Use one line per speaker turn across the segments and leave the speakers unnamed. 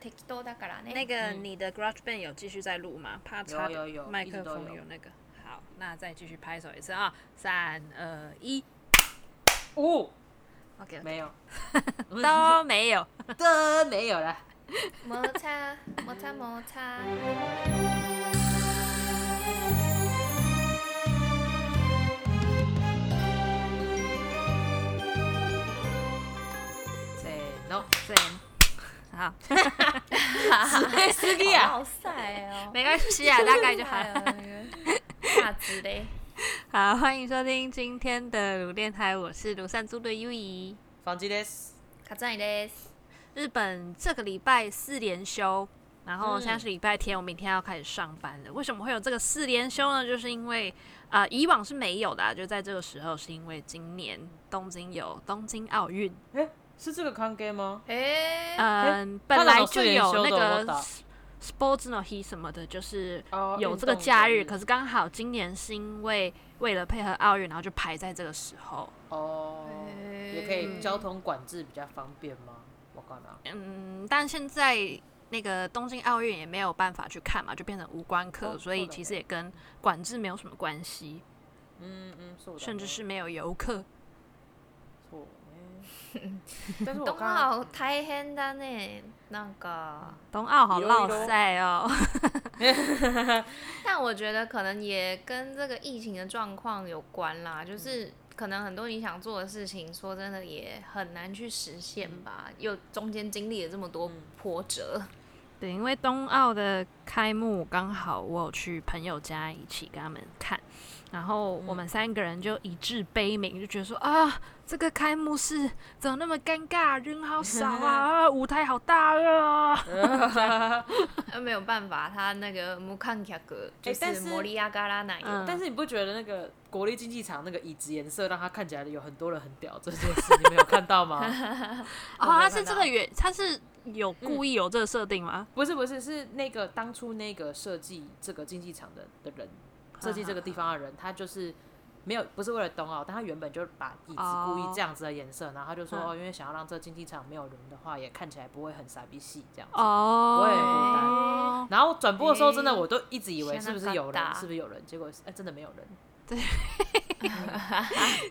適当だからね。
那个
嗯
你的 GarageBand 有继续在录吗？怕插
有有有
麦
一直
克
都
风
有
有那个。好，那再继续拍手一次啊、三二一
哦，
，OK，
没有，
都没有。
的没有了。
摩擦摩擦摩擦。
せーの。
对，好，
すすぎや。
好晒哦，
没关系 啊，大概就好。
大直嘞。
好，欢迎收听今天的鲁电台，我是庐山猪的优怡。
ファンジです。
卡在你です。
日本这个礼拜四连休，然后
嗯
现在是礼拜天，我明天要开始上班了。为什么会有这个四连休呢？就是因为啊、呃以往是没有的、啊，就在这个时候，是因为今年东京有东京奥运，
え、是这个関係吗？
哎、
嗯、
た
本
だ
来
の
就
四連
有
休
那
的我
个
打
sports no he 什么的，就是
哦
有
运
这个
动
假
的
日，
日
可是刚好今年是因为为了配合奥运，然后就排在这个时候。
哦，
え
也可以交通管制比较方便吗？我啊靠啦。
嗯，但现在那个东京奥运也没有办法去看嘛，就变成无关课，
哦
所
そう
以
だね
其实也跟管制没有什么关系，
嗯嗯，そうだね
甚至是没有游客。
そうね。但是我
冬
看啊
奥大変だね。なんか，
冬奥好
いろい
绕
ろ
赛哦，
但我觉得可能也跟这个疫情的状况有关啦，就是。可能很多你想做的事情，说真的也很难去实现吧。又中间经历了这么多波折，
对，因为冬奥的开幕刚好我有去朋友家一起跟他们看，然后我们三个人就一致悲鸣，就觉得说啊，这个开幕式怎么那么尴尬，人好少啊，啊舞台好大啊。
呃， 没有办法，他那个木看卡格就
哎但
是
是
摩利亚嘎拉奶油，
嗯
但是你不觉得那个国立竞技场那个椅子颜色让它看起来有很多人很屌这件事，你没有看到吗？
我
哦，
没有
他是
看
这
到
个原，他是有故意有这个设定吗？
不是不是，是那个当初那个设计这个竞技场的的人，设计这个地方的人，他就是没有不是为了冬奥，但他原本就把椅子
哦
故意这样子的颜色，然后他就说、
嗯
哦，因为想要让这个竞技场没有人的话，也看起来不会很傻逼戏这样子。
哦，
不会很孤单然后转播的时候，真的我都一直以为
天哪
是不是有
尴
人，
尬
是不是有人，结果是哎、真的没有人。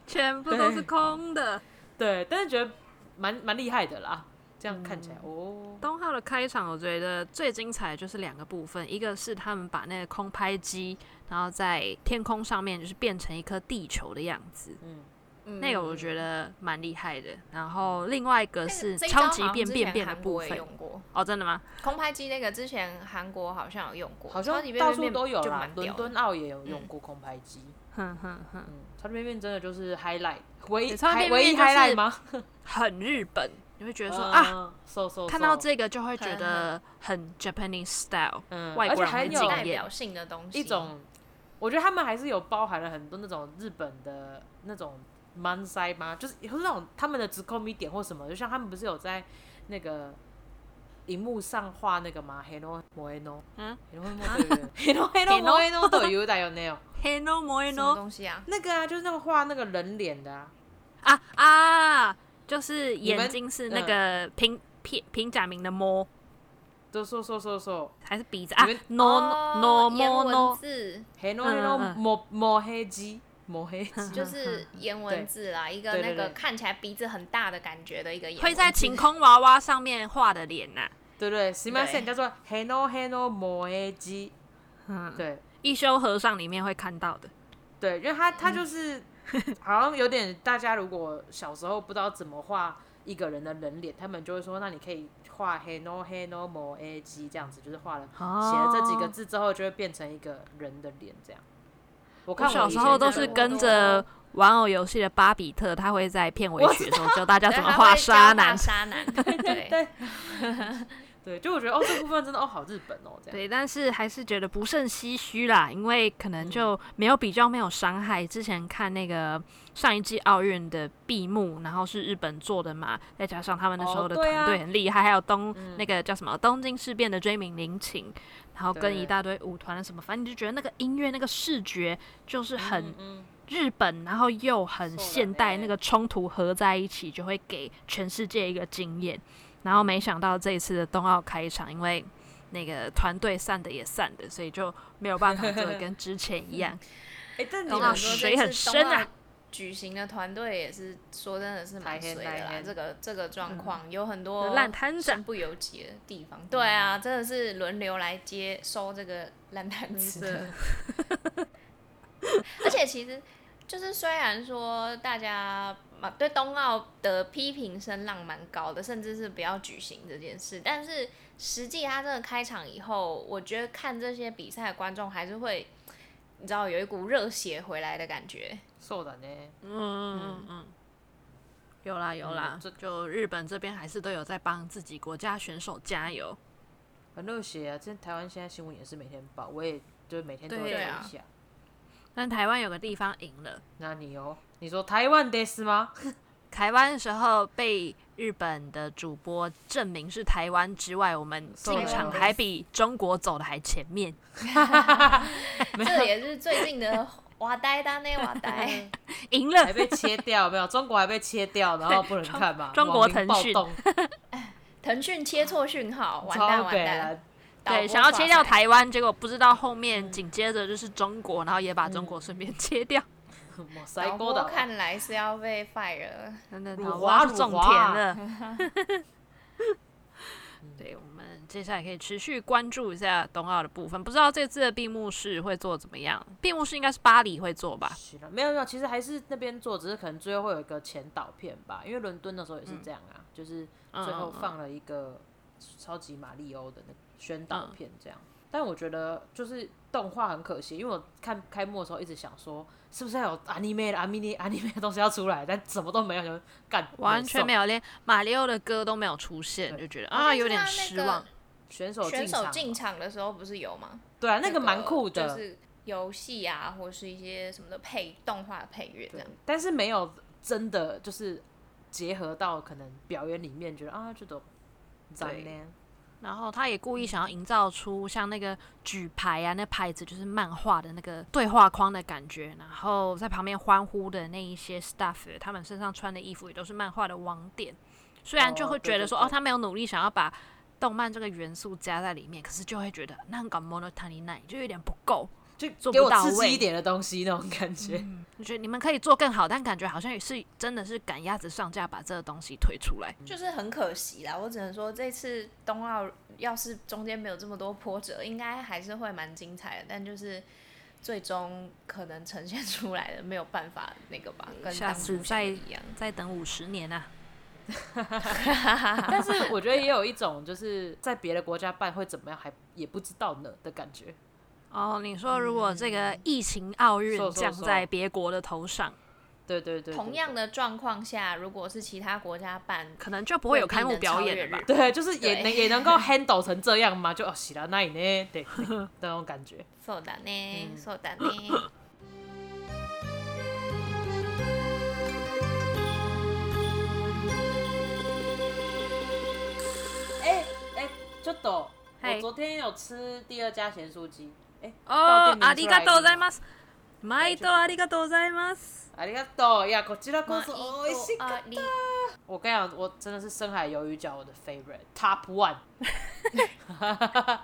全部都是空的。
对，但是觉得蛮蛮厉害的啦，这样看起
嗯
来、哦，
东浩的开场，我觉得最精彩的就是两个部分，一个是他们把那个空拍机，然后在天空上面就是变成一颗地球的样子，
嗯，
嗯
那个我觉得蛮厉害的。然后另外一个
那个
是
这一
超
招
级
好像
变
之
变
前
变的
韩
部
国也
分
用过
哦，真的吗？
空拍机那个，之前韩国好像有用过，
好
超
像
级
到
变
处
变
都有
就
啦
蛮，屌
伦
的。
敦奥也有
嗯
用过空拍机。
哼哼哼，
嗯，超级变变真的就是 highlight，唯一
对超级变变
hi- 唯一
就是
highlight 吗？
很日本，你会觉得说
嗯
啊，，
瘦瘦
看到，
瘦
这个就会觉
很
得很 Japanese style。
嗯，
外
而
国
且
人
还
会
有
惊
代
艳
表性的东西，
一种，我觉得他们还是有包含了很多那种日本的那种 man 塞吗？就是有那种他们的直扣米点或什么，就像他们不是有在那个荧幕上画那个吗？黑诺摩黑诺，
嗯，
黑诺摩 对不对？黑诺黑诺摩黑诺都有的有那种，
Hello
什么
Moreno
东西啊？
那个啊，就是那个画那个人脸的啊，
啊啊，就是
你们嗯
眼睛是那个平平平假名的摸。
都说说说说
还是鼻子啊
你们
？No
哦
no no
颜
no
文
no，
字
黑诺
嗯
黑诺
嗯嗯
抹抹黑鸡抹 黑鸡，
就是颜文字啦，一个
对
那
对
个
对
看起来鼻子很大的感觉的一个颜文字，
会在晴空娃娃上面画的脸啊呐、
对不对？什么线
对
叫做黑诺黑诺抹黑鸡，
嗯，
对。
一休和尚里面会看到的。
对，因为他
嗯
他就是好像有点，大家如果小时候不知道怎么画一个人的人脸，他们就会说，那你可以画黑 no 黑 no mo a g 这样子，就是画了
哦
哦写了这几个字之后，就会变成一个人的脸这样。我看
我小
以
时
前
候
的
都是
我
跟着玩偶游戏的巴比特，他会在片尾曲的时候教大家
对
怎么
他
画
会
沙
教
男
画。沙男， 对，
对，就我觉得哦，这部分真的哦，好日本哦，这样。
对，但是还是觉得不胜唏嘘啦，因为可
嗯
能就没有比较，没有伤害。之前看那个上一季奥运的闭幕，然后是日本做的嘛，再加上他们那时候
哦
的
对
团
啊嗯
队很厉害，还有东、那个叫什么东京事变的追名铃琴，然后跟
对
一大堆舞团什么，反正你就觉得那个音乐那个视觉就是很
嗯，
日本，然后又很
そうだ
现代，
ね
那个冲突合在一起，就会给全世界一个惊艳。然后没想到这一次的冬奥开场，因为那个团队散的也散的，所以就没有办法做的跟之前一 样。
哎、但你
冬
你
奥
们
们
说
说
是
这
水很
次
深
冬
啊
奥举行的团队也是说真的是蛮水的
大
啦
黑，嗯
这个这个状况、有很多
烂 摊子啊
身不由己的地方。对啊，真的是轮流来接收这个烂摊子
真
的
的。
而且其实就是虽然说大家嘛对冬奥的批评声浪蛮高的，甚至是不要举行这件事，但是实际它真的开场以后，我觉得看这些比赛的观众还是会。你知道有一股热血回来的感觉，
そうだね。
嗯嗯嗯，有啦有啦
嗯，这
就日本这边还是都有在帮自己国家选手加油。
很热血啊！这台湾现在新闻也是每天报，我也就是每天都有
对
看
啊
一下。
但台湾有个地方赢了，
那你哦，你说台湾 this 吗？
台湾的时候被日本的主播证明是台湾之外，我们进场还比中国走的还前面。
这也是最近的瓦呆丹内瓦 呆，
赢
还
了，
被切掉有没有？中国还被切掉，然后不能看嘛？
中中国
网民
腾
暴
讯
动
腾讯切错讯号，完蛋
超
完
北啊
蛋
蓝，，
导
对，
播
想要切掉
耍帅，
台湾，结果不知道后面紧接着就是中国，然后也把中国顺便切掉，
哇塞，
导
勾
播
的
看来是要被 fire 了。
真的
辱
脑瓜
华
是
辱
种
华
田了。 对，我们接下来可以持续关注一下冬奥的部分，不知道这次的闭幕式会做怎么样？闭幕式应该是巴黎会做吧？
是了，没有没有，其实还是那边做，只是可能最后会有一个前导片吧，因为伦敦的时候也
嗯
是这样啊，就是
嗯
最后放了一个超级马里欧的那个宣
嗯
导片这样。但我觉得就是动画很可惜，因为我看开幕的时候一直想说，是不是要有 anime 的 anime anime 的东西要出来，但什么都没有，就干
完全没
有
有，连马里奥的歌都没有出现，
对
就觉得
哦但
啊
是
有点
他那
失
个
望。
选手
选手
场
进
嘛
场的时候不是有吗？
对啊，那个
个
蛮酷的，
就是游戏啊，或是一些什么的配动画配乐这
对
样。，
但是没有真的就是结合到可能表演里面，觉得啊这种怎
对
呢？
然后他也故意想要营造出像那个举牌啊，那牌子就是漫画的那个对话框的感觉，然后在旁边欢呼的那一些 staff，他们身上穿的衣服也都是漫画的网点。虽然就
哦
会
对
觉得
对
说，哦，
对
他没有努力想要把动漫这个元素加在里面，可是就会觉得那个 monotony night 就有点不够。
就
做
给
不
我
到
刺
位
激一点的东西那种感觉。
我觉得你们可以做更好，但感觉好像也是真的是赶鸭子上架，把这个东西推出来。
就是很可惜啦，我只能说这次冬奥要是中间没有这么多波折，应该还是会蛮精彩的。但就是最终可能呈现出来的没有办法那个吧，跟
下
当
次
初
再
想的一样。
再等五十年啊，
但是我觉得也有一种就是在别的国家办会怎么样，还也不知道呢的感觉。
哦，你说如果这个疫情奥运
说说
降
说
在别国的头上，
对对对对
同样的状况下，如果是其他国家办，
可能就不会有开幕表演了吧？
对对，就是也
对
能也能够 handle 成这样吗？就哦，喜啦那也呢，对，对那种感觉。
そうだね，そうだ ね。
哎哎，ちょっと，
嗨
我昨天有吃第二家咸酥鸡。哎，
哦，あ
あ
り
り
がと
がと
うご
うご
ざ
ざ
い
い
ます。毎度ありがとうございます。
ありがとう。いや、こちらこそ
まあ
美味しかっ
あり
た。我跟你讲，我真的是深海鱿鱼饺我的 favorite top one。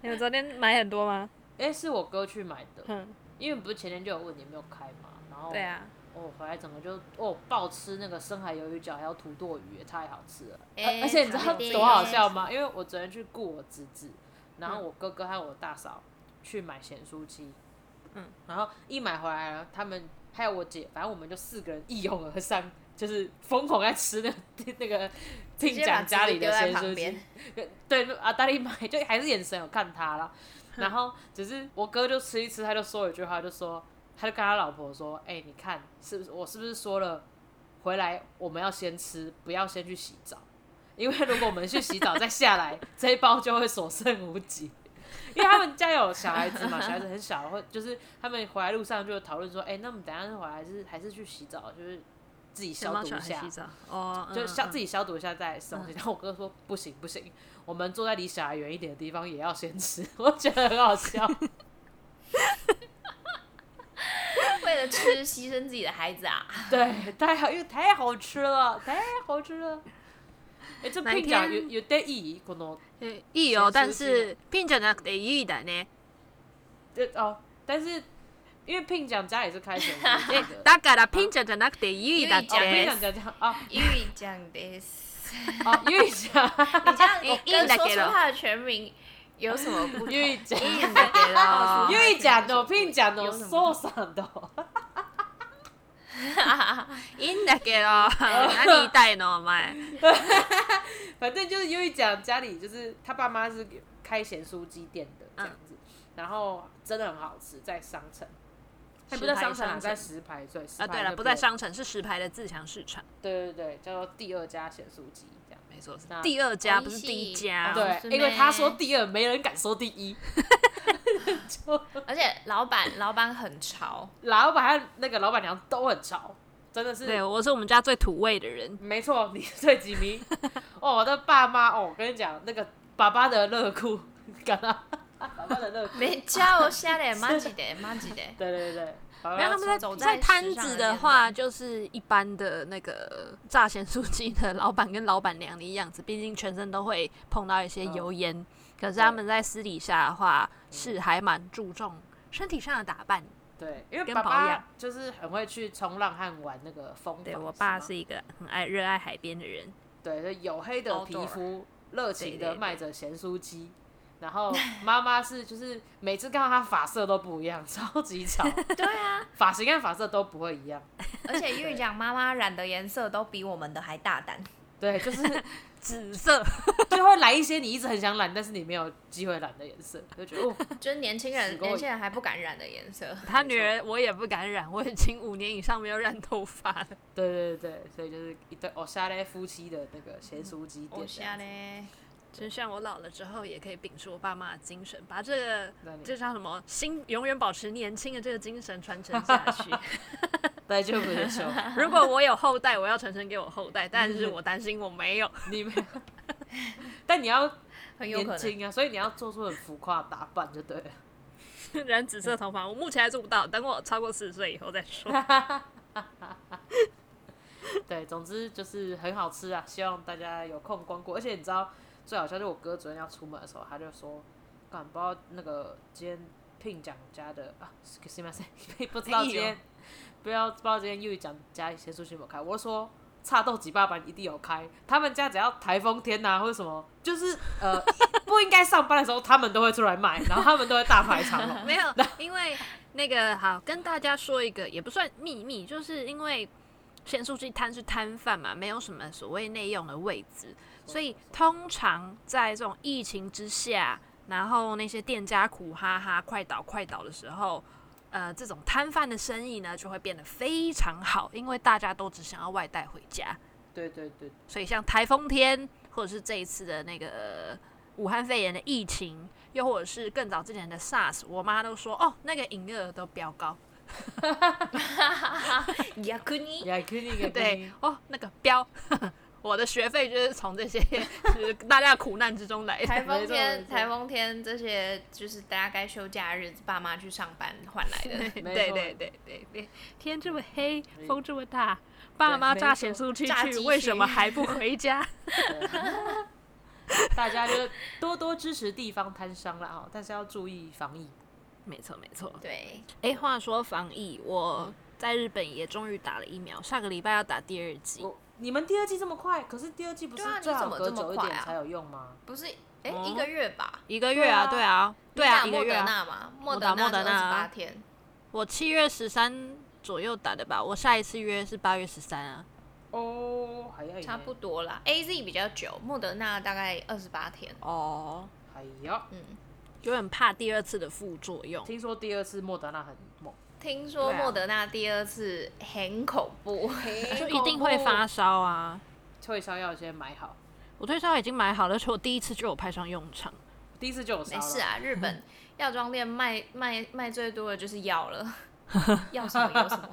你们昨天买很多吗？
哎、是我哥去买的，
嗯，
因为不是前天就有问你有没有开嘛，然后
对，啊，
哦，回来整个就哦爆吃那个深海鱿鱼饺，还有土豆鱼，也太好吃了。
哎
而且你知道
差点嗯
多好笑吗？因为我昨天去雇我侄子，然后我哥哥还有我大嫂去买咸酥鸡，
嗯，
然后一买回来了，他们还有我姐，反正我们就四个人一拥而上，就是疯狂在吃那个那个
直
听
接把
讲家里的
自己
咸
丢在旁
酥鸡
边。，
对，阿大力买 就还是眼神有看他啦。然后只是我哥就吃一吃，他就说一句话，就说他就跟他老婆说：“哎、你看是不是我是不是说了，回来我们要先吃，不要先去洗澡，因为如果我们去洗澡再下来，这一包就会所剩无几。”因为他们家有小孩子嘛，小孩子很小，会就是他们回来路上就有讨论说，哎、那我们等一下回来还是还是去洗澡，就是自己消
帮
毒
小
一
孩
下
洗，澡
嗯
哦，
就消
像
自己消毒一下再吃东西。然后我哥说不行不行，我们坐在离小孩远一点的地方也要先吃， 我觉得很好笑。
为了吃牺牲自己的孩子啊！
对，太好，因为太好吃了，太好吃了。え、这
哪
ピンが
天
有有得意義この
えいいよ、
写
嗯但
真集
是ピンじゃなくていいだね。
这哦，但是因为 Pin 奖家也是 开选择题的，
だからピンじゃなくていいだっ
哦
て
，Pin 奖。奖奖啊
ゆいちゃんです。
哦，因为奖，
你这样
我
你跟
硬的
说
给
出
了
他的全名有什么 不同？
因为奖，
硬的给了
因为奖的 Pin 奖的
有什
受
么
伤的。
いいんだ けど、何言いたいのお前。
反正就是因为讲家里就是他爸妈是开咸酥鸡店的这样子，然后真的很好吃，在商城，哎不在商城啊，在石牌对石牌
啊，对了，
那
不在
边
商城，是石牌的自强市场，
对对对，叫做第二家咸酥鸡这样。
没错，是
那
第二家，不是第一
啊
家。
哦
对，
是
因为他
咩
说第二，没人敢说第一。就
而且老板老板很潮，
老板和那个老板娘都很潮，真的是
对，我是我们家最土味的人。
没错，你最几迷哦，我的爸妈哦，我跟你讲，那个爸爸的热裤， 干嘛？爸爸的热裤，
没教下来，马吉 的马吉的，
对对对，爸爸
没有他们在
走在
在摊
时尚
子
的
的
尖
话，
端
就是一般的那个炸咸酥鸡的老板跟老板娘的样子，毕竟全身都会碰到一些
嗯
油烟。可是他们在私底下的话，是还蛮注重身体上的打扮。
对，因为
跟
爸
保
爸
养
就是很会去冲浪和玩那个风帆。
对我爸
吗
是一个很爱热爱海边的人，
对，就黝黑的皮
Outdoor
肤，热情的
对
卖着咸酥鸡。然后妈妈是就是每次看到她发色都不一样， 超 级吵，
对啊，
发型跟发色都不会一样。
而且玉讲妈妈染的颜色都比我们的还大胆，
对，就是
紫色。
就会来一些你一直很想染，但是你没有机会染的颜色，就觉得 哦，
就是年轻
死
人
过
年轻人还不敢染的颜色。
他女儿我也不敢染，我已经五年以上没有染头发了。
对对对，所以就是一对哦，下嘞夫妻的那个咸酥鸡
我
店这
哦
下
样子，
嘞，
就像我老了之后，也可以秉持我爸妈的精神，把这个
那你
这叫什么心永远保持年轻的这个精神传承下去。
对，就不能说
如果我有后代，我要传承给我后代，但是我担心我没有。
你没有， 但你要
很有可
年
能。
轻啊，所以你要做出很浮夸的打扮就 对了。
染紫色头发，我目前还做不到，等我超过四十岁以后再说。
对，总之就是很好吃啊，希望大家有空光顾。而且你知道最好笑，就是我哥昨天要出门的时候，他就说，干不知道那个今天聘讲家的啊，是吗？ 不
哎
知道今天不要不知道今天又讲家先出去有没有开，我就说。差豆几爸班一定有开，他们家只要台风天呐、啊、或者什么，就是 呃不应该上班的时候，他们都会出来买，然后他们都会大排长龙。
没有，因为那个好跟大家说一个，也不算秘密，就是因为咸酥鸡摊是摊贩嘛，没有什么所谓内用的位置，所以通常在这种疫情之下，然后那些店家苦哈哈快倒快倒的时候。呃，这种摊贩的生意呢，就会变得非常好，因为大家都只想要外带回家。
对对对
所以像台风天，或者是这一次的那个武汉肺炎的疫情，又或者是更早之前的 SARS，我妈都说哦，那个营业额都飙高。
雅库尼，
也肯定给
对，哦，那个飙， 我的学费就是从这些 就是大家的苦难之中来 的。
台风
没
天
错
台风天这些就是大家该休假的日子，爸妈去上班换来的。
没
对
错
对对对对，天这么黑
没，
风这么大，爸妈
没
炸
错
咸酥鸡
炸
去，
鸡
为什么
去
还不回家？
大家就多多支持地方摊商啦哦，但是要注意防疫。
没错没错，
对，
哎，话说防疫，我在日本也终于打了疫苗，下个礼拜要打第二剂。
我你们第二季这么快，可是第二季不是
对啊你
最好
怎么
隔
这么
久一
快
点
啊
才有用吗？
不是哎
哦
一个月吧？
一个月啊，对
对
啊，对啊，一
你打
个
莫
月
德
啊。
纳嘛，莫
我打莫
德
德纳
纳
啊
八天，
我七月十三左右打的吧，我下一次约是八月十三啊。
哦，还要
差不多啦。A Z 比较久，莫德纳大概二十八天。
哦，
还要。
嗯，
有点怕第二次的副作用。
听说第二次莫德纳很猛，
听说
对啊
莫德纳第二次很恐怖，
就一定会发烧啊！
退烧药先买好，
我退烧已经买好了，而且我第一次就有派上用场。
第一次就有烧
没
了。
事啊，日 本药妆店卖卖卖最多的就是药 了，要什么有什么。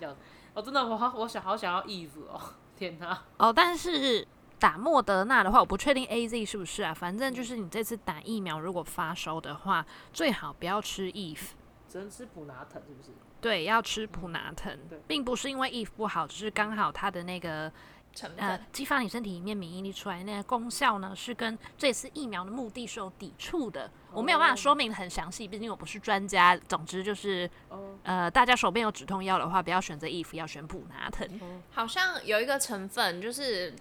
要，哦，真的我好我想好想要 Eve 哦， 天哪！
哦，但是打莫德纳的话，我不确定 A Z 是不是啊，反正就是你这次打疫苗，如果发烧的话，最好不要吃 if。
只能吃普拿疼是不是？
对，要吃普拿疼
对，
E 并不是因为 if 不好，只是刚好它的那个
成分。
呃激发你身体里面免疫力出来那个功效呢，是跟这次疫苗的目的是有抵触的。我没有办法说明得很详细，毕竟我不是专家。总之就是，
哦
呃，大家手边有止痛药的话，不要选择伊芙，要选普拿疼。
好像有一个成分，就是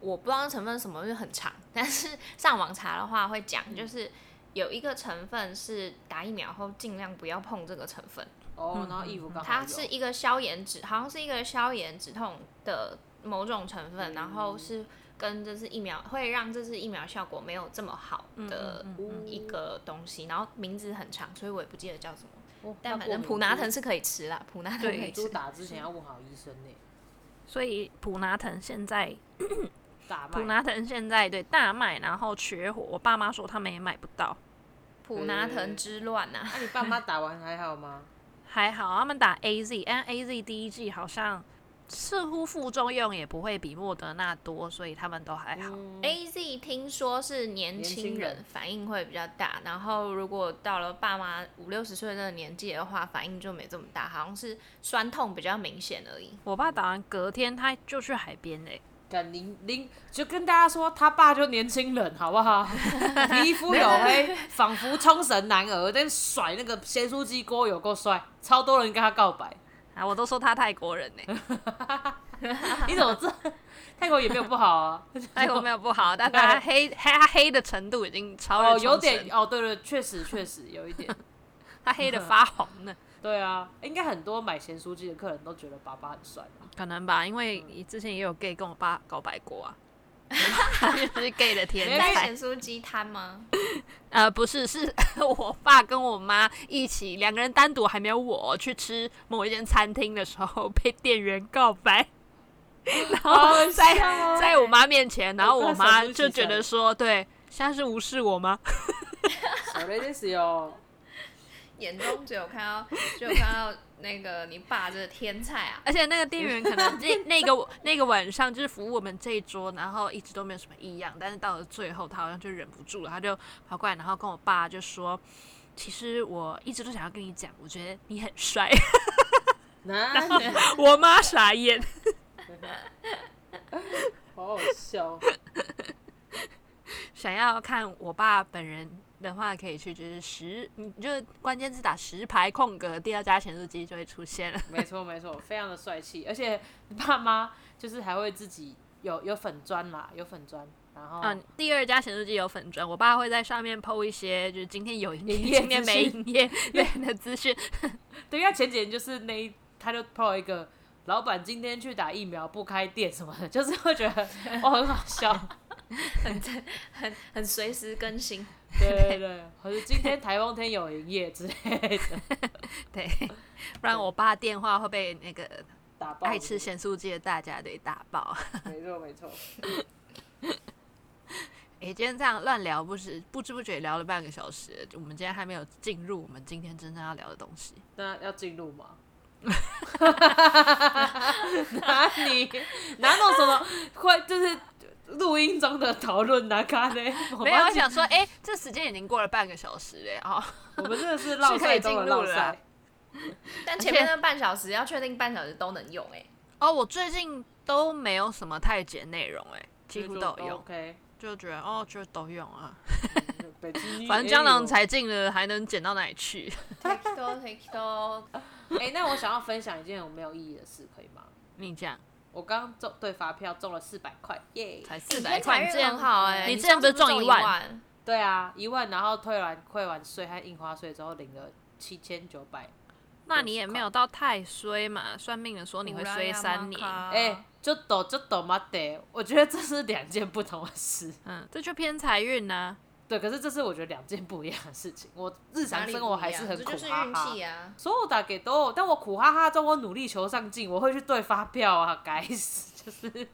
我不知道成分是什么，因为很长，但是上网查的话会
嗯
讲，就是有一个成分是打疫苗后尽量不要碰这个成分，
哦，然后衣服刚好
它
有
是一个消炎止，好像是一个消炎止痛的某种成
嗯
分，然后是跟这次疫苗会让这次疫苗效果没有这么好的
嗯
嗯
哦
一个东西，然后名字很长，所以我也不记得叫什么，
哦
但
那
反
过
正
敏
普拿
珠
疼是可以吃啦，普拿疼
对
可
美
以
珠
吃。
打之前要问好医生呢，
所以普拿疼现在
大
普
卖
拿疼现在对大卖，然后缺货。我爸妈说他们也买不到，
普拿疼之乱呐、啊，
那你爸妈打完还好吗？
还好他们打 A Z，但 A Z 第一季好像似乎副作用也不会比莫德纳多，所以他们都还好。
A Z 听说是年轻
年轻
人
人
反应会比较大，然后如果到了爸妈五六十岁那个年纪的话，反应就没这么大，好像是酸痛比较明显而 已。
我爸打完隔天他就去海边嘞、欸
敢零零就跟大家说，他爸就年轻人，好 不好？皮肤黝黑，仿佛冲绳男儿，但甩那个咸酥鸡锅有够帅，超多人跟他告 白。
啊，我都说他泰国人欸呢、
你怎么这泰国也没有不好 啊？
泰国没哎有不好，但 他黑黑他黑的程度已经超越
哦，有
冲绳
点哦，对对，确实确实有一点。
他黑的发红了，
对啊，应该很多买咸酥鸡的客人都觉得爸爸很帅吧？
可能吧，因为之前也有 gay 跟我爸告白过啊， 就是 gay 的天
没
哎在
才
咸。酥鸡摊吗？
呃，不是，是我爸跟我妈一起两个人单独，还没有我去吃某一间餐厅的时候，被店员告 白。然后在
笑哦
在我妈面前，然后我妈就觉得说，对，现在是无视我吗？
それですよ。
眼中只有看到，只有看到那个你爸这天菜啊！
而且那个店员可能那那 个那个晚上就是服务我们这一桌，然后一直都没有什么异样，但是到了最后，他好像就忍不住了，他就跑过来，然后跟我爸就说：“其实我一直都想要跟你讲，我觉得你很帅。
那”
我妈傻眼，
好好笑。哦
想要看我爸本人的话，可以去就是十，你就关键字打十排空格第二家显示机就会出现了。
没错没错，非常的帅气，而且爸妈就是还会自己有有粉砖啦，有粉砖，然后、
嗯，第二家显示机有粉砖，我爸会在上面 PO 一些，就是今天有营业，
营业
今天
资
没
讯
营业对的资讯，
对，因为他前几天就是那一他就 po 一个老板今天去打疫苗不开店什么的，就是会觉 得哦很好笑，
很很随时更新，
对对对，或者今天台风天有营业之类的，
对，不然我爸电话会被那个
打爆
爱吃咸酥鸡的大家给打爆。
没错没错，
诶，今天这样乱聊，不是不知不觉聊了半个小时，我们今天还没有进入我们今天真正要聊的东西。
那要进入 吗？哪里哪种什么会就是录音中的讨论哪咖呢？我
没有，
忘
我
记
想说，诶，这时间已经过了半个小时嘞，哦，
我们真的是绕
是可以
赛中的
进入
绕
了啊
赛，
但前面那半小时要确定半小时都能用哎、
哦，我最近都没有什么太剪内容，诶，几乎
就
都有用，
OK，
就觉得哦，就都用啊，
北京
反正江郎才尽了，还能剪到哪里去？
take to take to，
哎、那我想要分享一件我没有意义的事，可以吗？
你讲
我刚刚中对发票中了四百块，耶、
才
你
四
今
百
天
块，
财
你
运
之前
很好哎、
你之
这
前
样
不是中
一
一万？
万？
对啊，一万，然后退完退完税和印花税之后领了七千九百，
那你也没有到太衰嘛，算命的说你会
啊
衰三年。
哎，就抖就抖嘛得，我觉得这是两件不同的事。
嗯，这就偏财运呐。
对，可是这是我觉得两件不一样的事情。我日
哪
常
里
生
不
活
一
还
样
是很
这
苦
就是
哈
运
哈
气。啊。
所有打给都有，但我苦哈哈中，我努力求上进，我会去对发票啊，该死，就是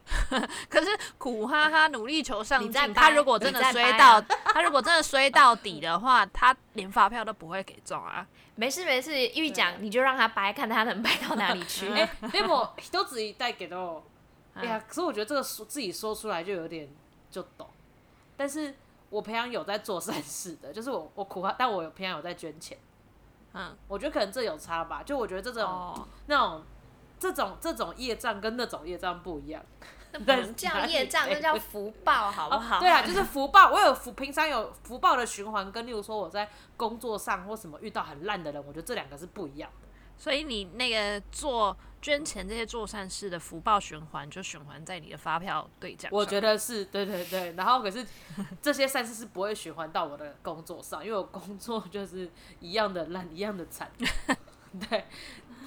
可是苦哈哈努力求上
你在
进，
掰
他如果真的
你在掰
衰
啊
到，他如果真的衰到底的话，他连发票都不会给中啊。
没事没事，预讲你就让他掰，看他能掰到哪里 去。
哎、でも一つ言いたいけど、
嗯
哎呀，可是我觉得这个说自己说出来就有点就懂，但是我平常有在做善事的，就是我 我苦哈，但我有平常有在捐钱，
嗯，
我觉得可能这有差吧，就我觉得这种、
哦，
那种这种这种业障跟那种业障不一样，
那不能
哪
叫
里哦
业障，那叫福报，好不
哦
好？
对啦，就是福报。我有福，平常有福报的循环，跟例如说我在工作上或什么遇到很烂的人，我觉得这两个是不一样的。
所以你那个做捐钱这些做善事的福报循环，就循环在你的发票对账上。
我觉得是对对对。然后可是这些善事是不会循环到我的工作上，因为我工作就是一样的烂，一样的惨。 对，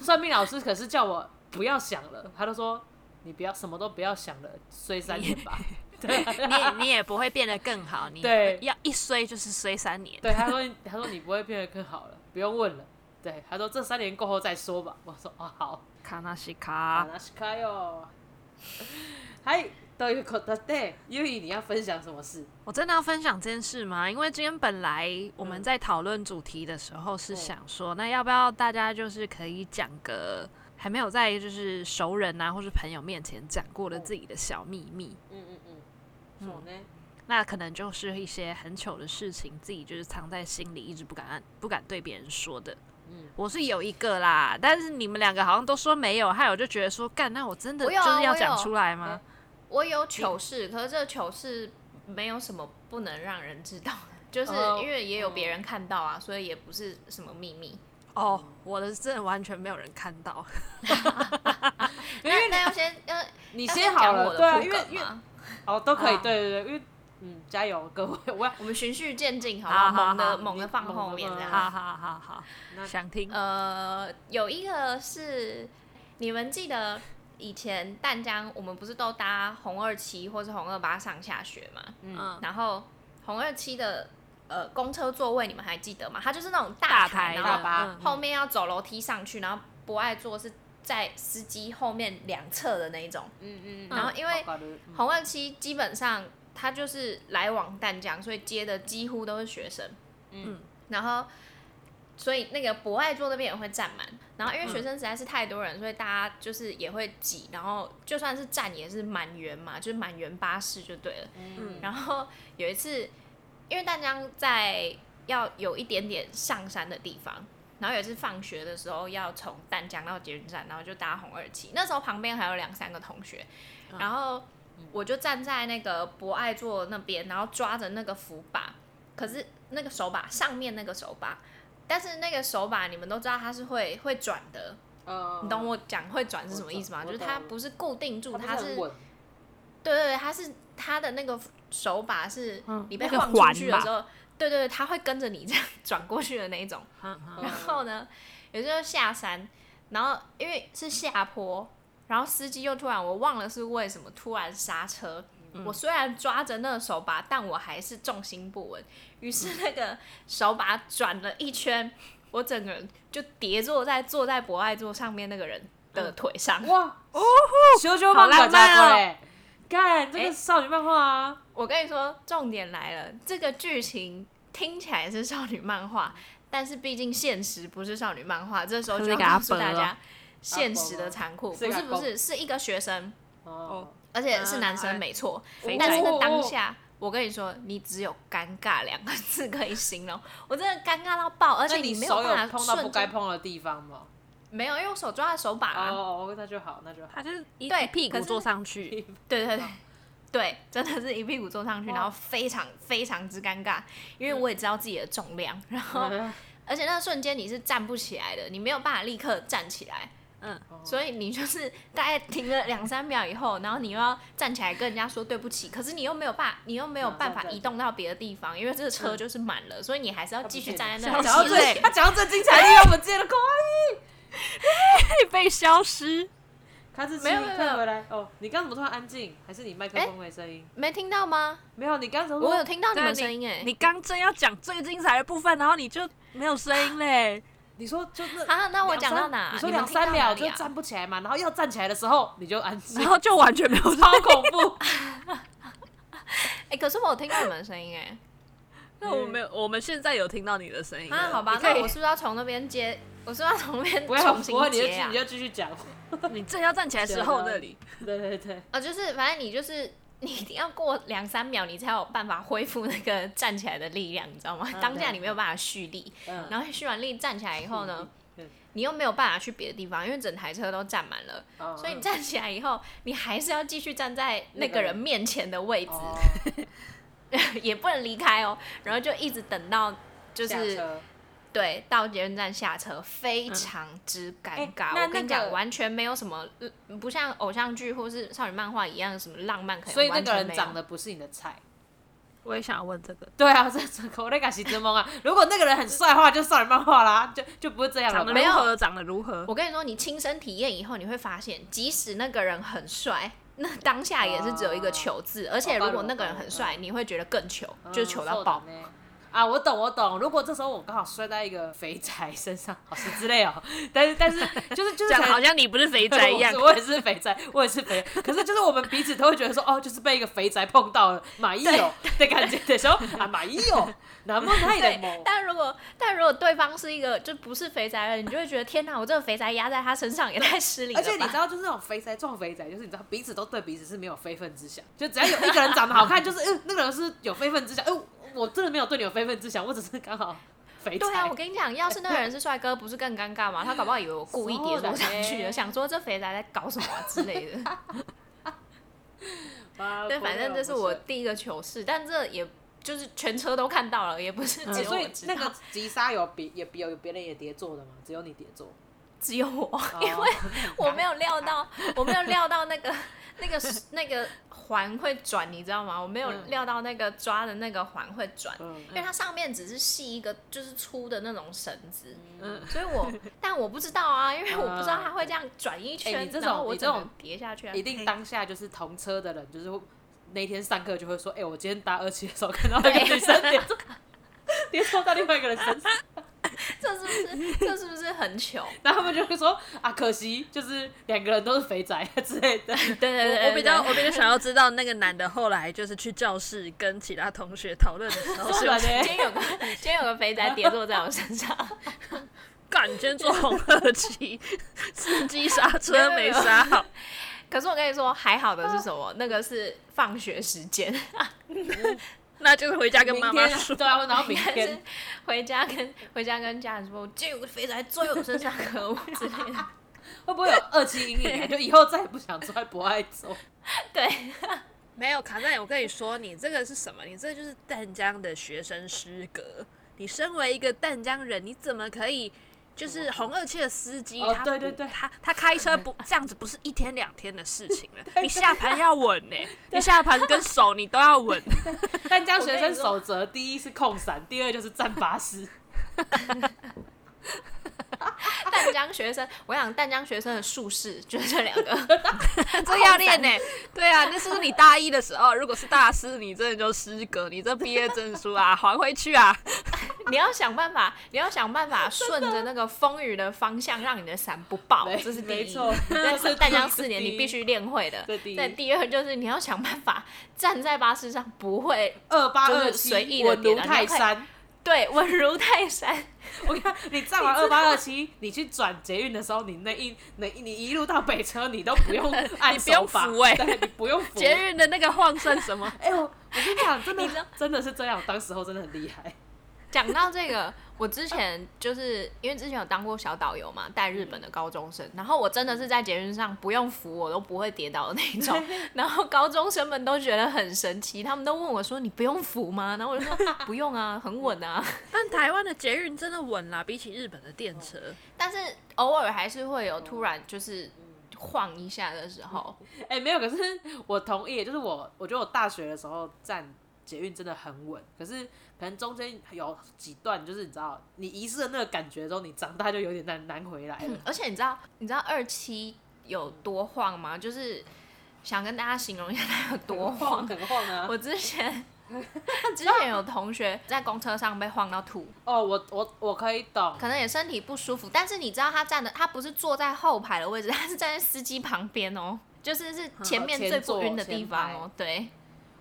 算命老师可是叫我不要想了，他都说你不要什么都不要想了，衰三年吧。对啊。
你也你也不会变得更好，你
对
要一衰就是衰三年。
对，他说你他说你不会变得更好了，不用问了。对，他说这三年过后再说吧。我说哦好。
卡纳西
啊
卡，
話しか よ。はい、ということで、ゆいに要分享什么事？
我真的要分享这件事吗？因为今天本来
嗯
我们在讨论主题的时候是想说，那要不要大家就是可以讲个还没有在就是熟人啊或是朋友面前讲过
嗯
的自己的小秘密？
嗯嗯嗯，そうね。
那可能就是一些很糗的事情，自己就是藏在心里，一直不敢不敢对别人说的。
嗯
我是有一个啦，但是你们两个好像都说没有，害我就觉得说，干，那我真的
我
就
有啊
是要
我
讲
有嗯
出来吗？
我有糗事，可是这个糗事没有什么不能让人知道的，就是
哦
因为也有别人看到啊，所以也不是什么秘密。
哦，我的真的完全没有人看到。
嗯那
因为
那要先要
你
要
先好
讲我
了，
的
对啊，
铺
因为
梗
因为
吗
哦都可以，
啊
对对对，因为嗯，加油各位，我要
我们循序渐进，好
好
不
好
猛
好
的猛的放
猛
后
地
面
放
这样。
好好好
那
好，想听。
呃，有一个是你们记得以前淡江，我们不是都搭红二七或是红二八上下学嘛？
嗯，
然后红二七的呃公车座位你们还记得吗？它就是那种大
大
台，
台
然
大
后
巴
的，嗯
后面要走楼梯上去，然后不爱坐是在司机后面两侧的那一种。
嗯嗯，
然后因为
わかる
红二七基本上它就是来往淡江，所以接的几乎都是学生。
嗯
然后所以那个博爱座那边也会站满，然后因为
嗯
学生实在是太多人，所以大家就是也会挤，然后就算是站也是满员嘛，就是满员巴士就对了。
嗯
然后有一次，因为淡江在要有一点点上山的地方，然后有一次放学的时候要从淡江到捷运站，然后就搭红二七，那时候旁边还有两三个同学，
嗯
然后我就站在那个博爱座那边，然后抓着那个扶把，可是那个手把上面那个手把。但是那个手把你们都知道它是会会转的，
呃，
你懂我讲会转是什么意思吗？
我
就
懂
是它不是固定住，
它
它
不是
是
很稳，
对对对，它是它的那个手把是
嗯
你被
那个
晃出去的
环吧
时候，对对对，它会跟着你这样转过去的那一种。
嗯
然后 呢，有时候下山，然后因为是下坡，然后司机又突然我忘了是为什么突然刹车。
嗯
我虽然抓着那个手把，但我还是重心不稳，于是那个手把转了一圈，我整个人就跌坐在坐在博爱座上面那个人的
嗯
腿上。
哇哦，修修
好
漫画
浪漫
家
哦
对，干这个
哎
少女漫画啊，
我跟你说，重点来了，这个剧情听起来是少女漫画，但是毕竟现实不是少女漫画，这时候就要告诉大
是个阿伯
家现实的残酷，
啊是
不
个阿
是
伯
不是，是一个学生，
哦，
而且是男
啊
嗯
生，没错，
肥
但
宅
是
哦
那当下。我跟你说，你只有尴尬两个字可以形容，我真的尴尬到爆，而
而
且
你
没有
手有
办法
碰到不
瞬
该
间，
碰的地方吗？
没有，因为我手抓在手把啊，
哦，哦那就好，那就好。
他就是一
对
一屁
可
股
是
坐上去，
对
嗯
对对，对，真的是一屁股坐上去，
哇
然后非常非常之尴尬，因为我也知道自己的重量，然后
嗯
而且那个瞬间你是站不起来的，你没有办法立刻站起来，
嗯，
哦
所以你就是大概停了两三秒以后，然后你又要站起来跟人家说对不起，可是你又没有办法，你又没有办
啊
法移动到别的地方，因为这个车就是满了，所以你还是要继续站在那
他
里。
讲到
消失
最，
欸
他讲到最精彩的地方，我们接了快。
被被消失。
卡子奇，
没有没
你
有
退回来哦。你刚刚怎么突然安静？还是你麦克风没声音？
没听到吗？
没有，你刚刚怎么
我有听到你
对啊
们声音哎、
你刚正要讲最精彩的部分，然后你就没有声音 嘞。
你说就那
啊，那我
两
讲
三
到哪？
你说
们
两
听到
三秒
哪里
就
啊
站不起来嘛，然后要站起来的时候你就安静
然，后就完全没有声音
超恐怖。
哎、可是我有听到你们的声音哎、
那我没有，我们现在有听到你的声音了
啊，好吧，
你
那
可
我是不是要从那边接？我是不是要从那边
不 要
重
不
新
会，你就
接
继
啊
你？就继 续讲。
以，你正要站起来的时候那里，
对对对，
啊，就是反正你就是你一定要过两三秒，你才有办法恢复那个 站起来的力量，你知道吗？
嗯
当下
对
你没有办法蓄力，
嗯，
然后蓄完力站起来以后呢，
嗯
你又没有办法去别的地方，因为整台车都站满了，
嗯
所以你
嗯
站起来以后，你还是要继续站在那个人面前的位置，
哦
也不能离开哦。然后就一直等到就
下
是
车嗯
对到捷运站下车，非常之尴尬。
哎那
我跟你
那
讲，
个
完全没有什么，呃不像偶像剧或是少女漫画一样有什么浪漫可以。
所以那个人长
得
得不是你的菜。
我也想要问这个，
对啊，这这口袋感喜之梦啊！如果那个人很帅的话，就少女漫画啦，就就不是这样了
长得
吧。
没
如
有
何？长得如何？
我跟你说，你亲身体验以后，你会发现，即使那个人很帅， 那当下也是只有一个糗字。而且如果那个人很帅，你会觉得更糗，就是糗到爆。
嗯瘦的呢啊！我懂，我懂。如果这时候我刚好摔在一个肥宅身上，好是之类哦。但是，但是，就是就是
讲得
可能
好像你不是肥 宅一样
我， 是我也是肥宅，我也是肥。可是就是我们彼此都会觉得说，哦，就是被一个肥宅碰到了，马伊友的感觉的时候啊，马伊友， 南梦太的
对
某，。
但如果但如果对方是一个就不是肥宅的人，你就会觉得天哪，我这个肥宅压在他身上也太失礼了
而
吧。
且你知道，就是那种肥宅撞肥宅，就是你知道彼此都对彼此是没有非分之想，就只要有一个人长得好看，就是嗯，那个人是有非分之想，哎、我真的没有对你有非分之想，我只是刚好肥宅。
对啊，我跟你讲，要是那个人是帅哥，不是更尴尬 吗？他搞不好以为我故意跌落上去
说的
的，
呢
想说这肥宅在搞什么啊之类的。
啊
对，反正这是我。第一个糗事，但这也就是全车都看到了，也不是只
嗯
哎
有
所
我
以
知道，
那个急刹有别也别有别人也叠坐的吗？只有你叠坐，
只有我， 因
哦
为 我 没有料到，我没有料到那个 那个那个环会转，你知道吗？我没有
嗯
料到那个抓的那个环会转，
嗯
因为它上面只是系一个就是粗的那种绳子。
嗯，
所以我，但我不知道啊，因为我不知道
啊
它会这样转一圈，
哎你这
然后
种
我
你这
整个
种
跌下去啊，
一定当下就是同车的人，就是那天上课就会说，哎、我今天搭二期的时候看到那个女生叠 坐，叠坐到另外一个人身上。
这是不是这是不是很 糗？
然后他们就会说啊，可惜就是两个人都是肥宅之类 的。
对对对
我我比较
对
我比较想要知道那个男的后来就是去教室跟其他同学讨论的时候是
是
有
吧？
今天有个今天有个肥宅跌坐在我身上，
干，你今天坐红二 期，司机刹车没刹好，
可是我跟你说，还好的是什么？那个是放学时间，
那就是回家跟
明
妈妈
天啊
说。
对啊，然 后明
但是
天
回家跟回家跟家人说，我今天有个肥宅坐在我身上，可恶之类 的。
会不会有二期阴 影啊？就以后再也不想坐在博爱座。
对，
没有卡在，我跟你说，你这个是什么？你这就是淡江的学生失格。你身为一个淡江人，你怎么可以？就是红二期的司机，
哦
他
对
不
对对
他他开车 不这样子，不是一天两天的事情 了。你下盘要稳呢、 你下盘跟手你都要稳。
但江学
我跟
生
你说
守则第一是控伞，第二就是站巴士。
淡江学生，我想淡江学生的术士就是这两个。
这要练呢、对啊，那是不是你大一的时候，如果是大师，你真的就失格，你这毕业证书 啊，还回去啊。
你要想办法，你要想办法顺着那个风雨的方向，让你的伞不爆，
没
这是第
没
一
错。
但
这是
是淡江
第一
四年
这是
你
第一
必须练会的。
这第一
那第二就是你要想办法站在巴士上不会
二八
就
二
是
七
随意，地
稳如
点啊
泰
你要
山。
对稳如泰山。
我看你站完二八二七，你去转捷运的时候，你那一那一你一路到北车，你都不用按
你不用
手法，
扶欸
对，你不用扶。
节日的那个晃算什么？
哎、我我跟你讲，真
你知道
的真的是这样，当时候真的很厉害。
讲到这个，我之前就是因为之前有当过小导游嘛，带日本的高中生，然后我真的是在捷运上不用扶我都不会跌倒的那种， 然后高中生们都觉得很神奇，他们都问我说：“你不用扶吗？”然后我就说：“不用啊，很稳啊。
但台湾的捷运真的稳啦，比起日本的电车。”
但是偶尔还是会有突然就是晃一下的时候，
哎、没有，可是我同意，就是我我觉得我大学的时候站捷运真的很稳，可是可能中间有几段就是你知道，你遗失了那个感觉之后，你长大就有点难难回来了。
而且你知道你知道二期有多晃吗？就是想跟大家形容一下它有多晃。
很晃啊！
我之 前之前有同学在公车上被晃到吐，
哦，我我我可以懂，
可能也身体不舒服，但是你知道他站的，他不是坐在后排的位置， 他是站在司机旁边哦，就是是前面
嗯前
最不
座
晕的
前
地方
排
哦。对，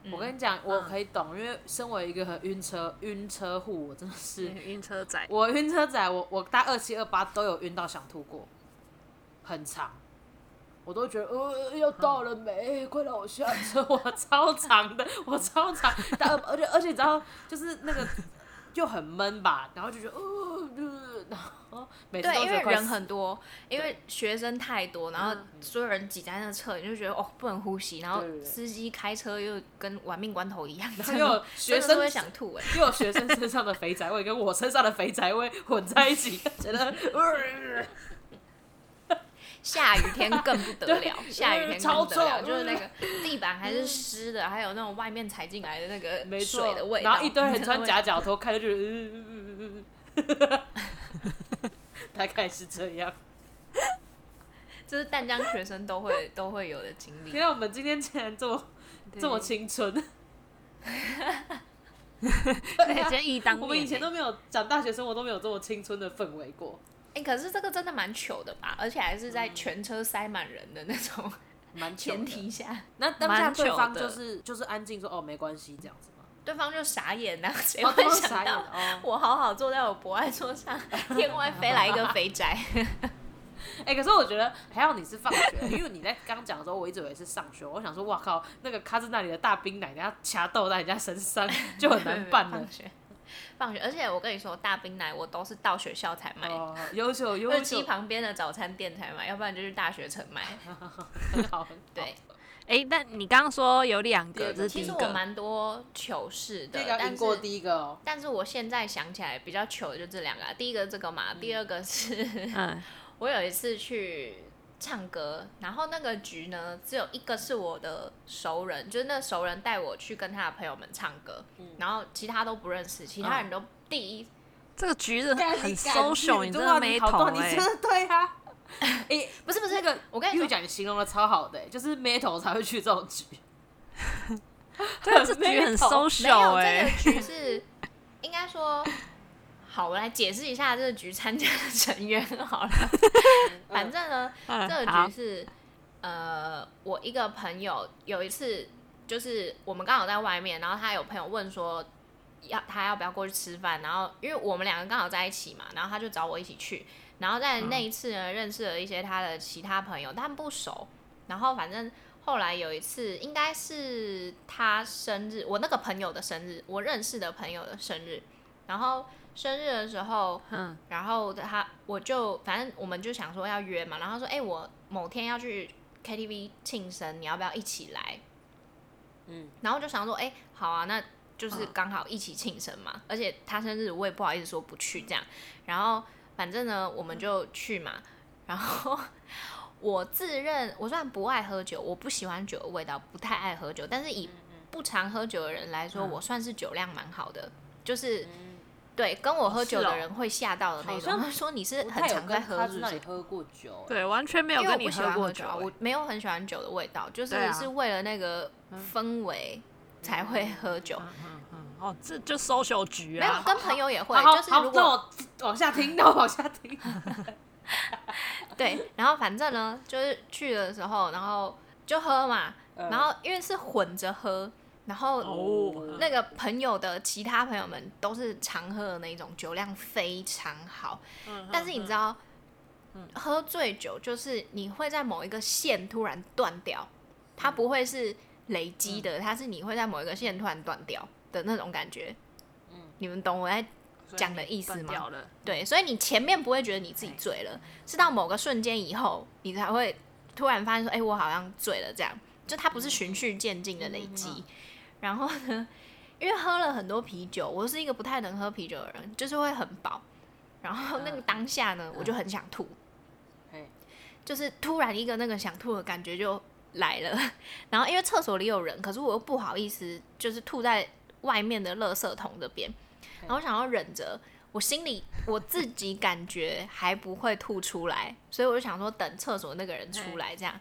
我跟你讲，我可以懂，因为身为一个很晕车晕车户，我真的是、
嗯
晕车仔，
我晕车仔，我我搭二七二八都有晕到想吐过，很长，我都觉得呃要到了没，快让我下车，我超长 的，我超长，但而且而且你知道，就是那个又很闷吧，然后就觉得呃，呃然后每次
对，
都
因
只有
为
快
人
死
很多，因为学生太多，然后
嗯
所有人挤在那侧，你就觉得哦不能呼吸，然后
对对对
司机开车又跟玩命关头一样，
然后又有
真
学
的是
生
会想吐哎、
又有学生身上的肥宅味跟我身上的肥宅味混在一起，觉得呃
下雨天更不得了，下雨天更不得了，
超臭嗯
就是那个地板还是湿的，还有那种外面踩进来的那
没
个
错
水的味道，
然后一堆人
真的
穿
会
夹脚拖，看着就是，嗯 大概是这样。
这是淡江学生都会都会有的经 历
天。啊，我们今天竟然这么这么青 春，
对，今天一当
啊我们以
面
前
欸
都没有讲大学生活都没有这么青春的氛围过。
哎、可是这个真的蛮糗的吧？而且还是在全车塞满人的那种
蛮嗯 糗的
前提下，
那当下
蛮糗
对方
的
就是就是安静说哦没关系这样子嘛，
对方就傻眼呐、谁
然后对
会
方
想
哦傻眼
到？
哦。
我好好坐在我博爱桌上，天外飞来一个肥宅，
哎、可是我觉得还好你是放学，因为你在刚讲的时候，我一直以为是上学，我想说哇靠，那个卡兹那里的大兵奶奶要掐斗在人家身 上就很难办了
放。学，放学，而且我跟你说，大冰奶我都是到学校才买，
哦，优秀优
二
秀
期，旁边的早餐店才买，要不然就是大学城买。
很好很好。
对，
哎，但你刚刚说有两
第二
个，
个
这是第
其
一
实我
个，
蛮多糗事的
这，个要
但
赢过
是
第一个哦。
但是我现在想起来比较糗的就这两个、啊，第一个这个嘛，第二个是。
嗯，
我有一次去唱歌，然后那个局呢，只有一个是我的熟人，就是那熟人带我去跟他的朋友们唱歌，然后其他都不认识，其他人都第一，
这个橘
啊
子
干
很
你敢
social，
去
你
就
真
哇
的没
你好
头
断，你
哎
真， 的对啊。哎，
不是不是
那个
我跟你
又
说，
讲你形容的超好的、欸就是没头才会去这种局。
对 啊，这橘很
没头
没
social
有
哎
这个，局是应该 说。好，我来解释一下这个局参加的成员好了。 反正呢，
嗯
这个
好
局是，呃，我一个朋友有一次，就是我们刚好在外面，然后他有朋友问说要他要不要过去吃饭，然后因为我们两个刚好在一起嘛，然后他就找我一起去，然后在那一次呢、认识了一些他的其他朋友，但不熟，然后反正。后来有一次，应该是他生日，我那个朋友的生日，我认识的朋友的生日。然后生日的时候，
嗯，
然后他我就反正我们就想说要约嘛，然后他说哎、我某天要去 KTV 庆生，你要不要一起来？
嗯，
然后就想说哎、好啊，那就是刚好一起庆生嘛，而且他生日我也不好意思说不去这样，然后反正呢我们就去嘛，然后我自认我虽然不爱喝酒，我不喜欢酒的味道，不太爱喝酒，但是
嗯
以不常喝酒的人来
啊
说，我算是酒量蛮好的，就是。对，跟我喝酒
嗯是哦
的人会吓到的那
好像
种。他说你是很
我太有
常在
跟他
喝，是不
那里
是？
喝过酒、哎
对，完全没有
因为我
跟你
不喜欢
过
喝
酒
酒啊，
欸
我没有很喜欢酒的味道，就是
对啊嗯
是为了那个氛围才会喝酒。
哦，这就 social 局
没有
啊，
跟朋友也会，
好
就是
好
如，
那
果
我往下听，那我往下 听。
对，然后反正呢，就是去的时候，然后就喝嘛，然后因为是混着喝，然后
嗯哦
那个朋友的其他朋友们都是常喝的那一种，酒量非常好。
嗯
但是你知道，喝醉酒就是你会在某一个线突然断掉，它不会是累积
嗯
的，它是你会在某一个线突然断掉的那种感觉。
嗯
你们懂我在讲的意思
断
吗
掉？了，
对，所以你前面不会觉得你自己醉了，是到某个瞬间以后，你才会突然发现说，哎、我好像醉了这样。就它不是循序渐进的累积。然后呢，因为喝了很多啤酒，我是一个不太能喝啤酒的人，就是会很饱。然后那个当下呢，我就很想吐，
嘿
就是突然一个那个想吐的感觉就来了。然后因为厕所里有人，可是我又不好意思，就是吐在外面的垃圾桶这边，然后我想要忍着。我心里我自己感觉还不会吐出来，所以我就想说等厕所那个人出来这样。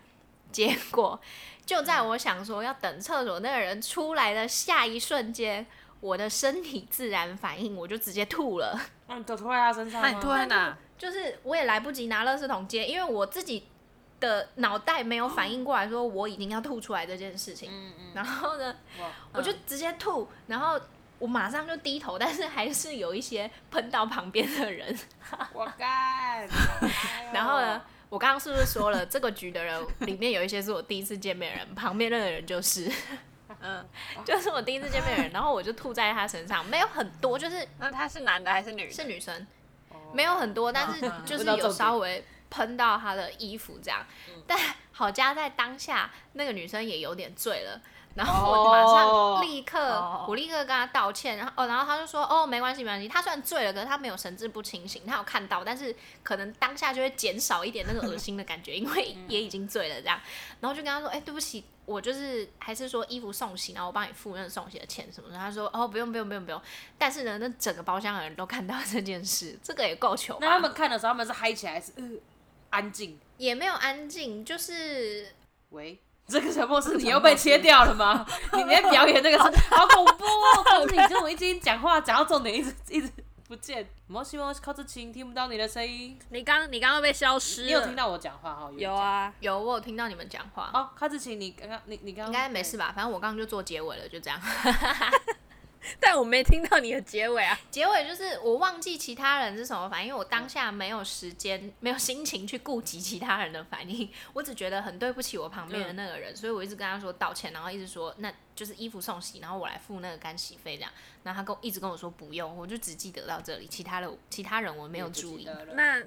结果就在我想说要等厕所那个人出来的下一瞬间，我的身体自然反应，我就直接吐了。
那嗯你都拖在他身上
那 你
吗？
突然哪？
就是我也来不及拿垃圾桶接，因为我自己的脑袋没有反应过来，说我已经要吐出来这件事情。
嗯嗯，
然后呢，
哇嗯
我就直接吐，然后我马上就低头，但是还是有一些喷到旁边的人。
哦我 干。
然后呢，我刚刚是不是说了，这个局的人里面有一些是我第一次见面的人，旁边那个人就是，
嗯，
就是我第一次见面的人，然后我就吐在他身上，没有很多，就是
那他是男的还是女的？
是女生。
哎呦？
没有很多， 但是
啊
就
不
是
到
有
重点嗯
稍微喷到她的衣服这样。但好佳在当下，那个女生也有点醉了。然后我马
哦
上立刻
哦
我立刻跟她道歉，然后哦，然后她就说哦，没关系，没关系。她虽然醉了，可是她没有神志不清醒，她有看到，但是可能当下就会减少一点那个恶心的感觉，因为
嗯
也已经醉了这样。然后就跟她说，哎、对不起，我就是还是说衣服送洗，然后我帮你付那个送洗的钱什么的。她说哦，不用不用不用不用。但是呢，那整个包厢的人都看到这件事，这个也够糗吧。
那他们看的时候，他们是嗨起来还是呃安静？
也没有安静，就是
喂， 这个沉默是你又被切掉了 吗？你在表演那个是 好恐怖哦！公子，你这种一直讲话讲到重点，一直一直不见。摩西摩西靠着琴听不到你的声音，
你刚你刚刚被消失了，
你有听到我讲话哈？
有。啊，
有我有听到你们讲话，
哦，靠着琴，你刚刚你你刚
应
刚
该没事吧？反正我刚刚就做结尾了，就这样。
但我没听到你的结尾啊。
结尾就是我忘记其他人是什么反应，因为我当下没有时
嗯
间、没有心情去顾及其他人的反应， 我只觉得很对不起我旁边的那个人，所以我一直跟他说道歉，然后一直说那就是衣服送洗，然后我来付那个干洗费这样。然后他跟我一直跟我说不用，我就只记得到这里，其他的其他人我没
没
有注意。
那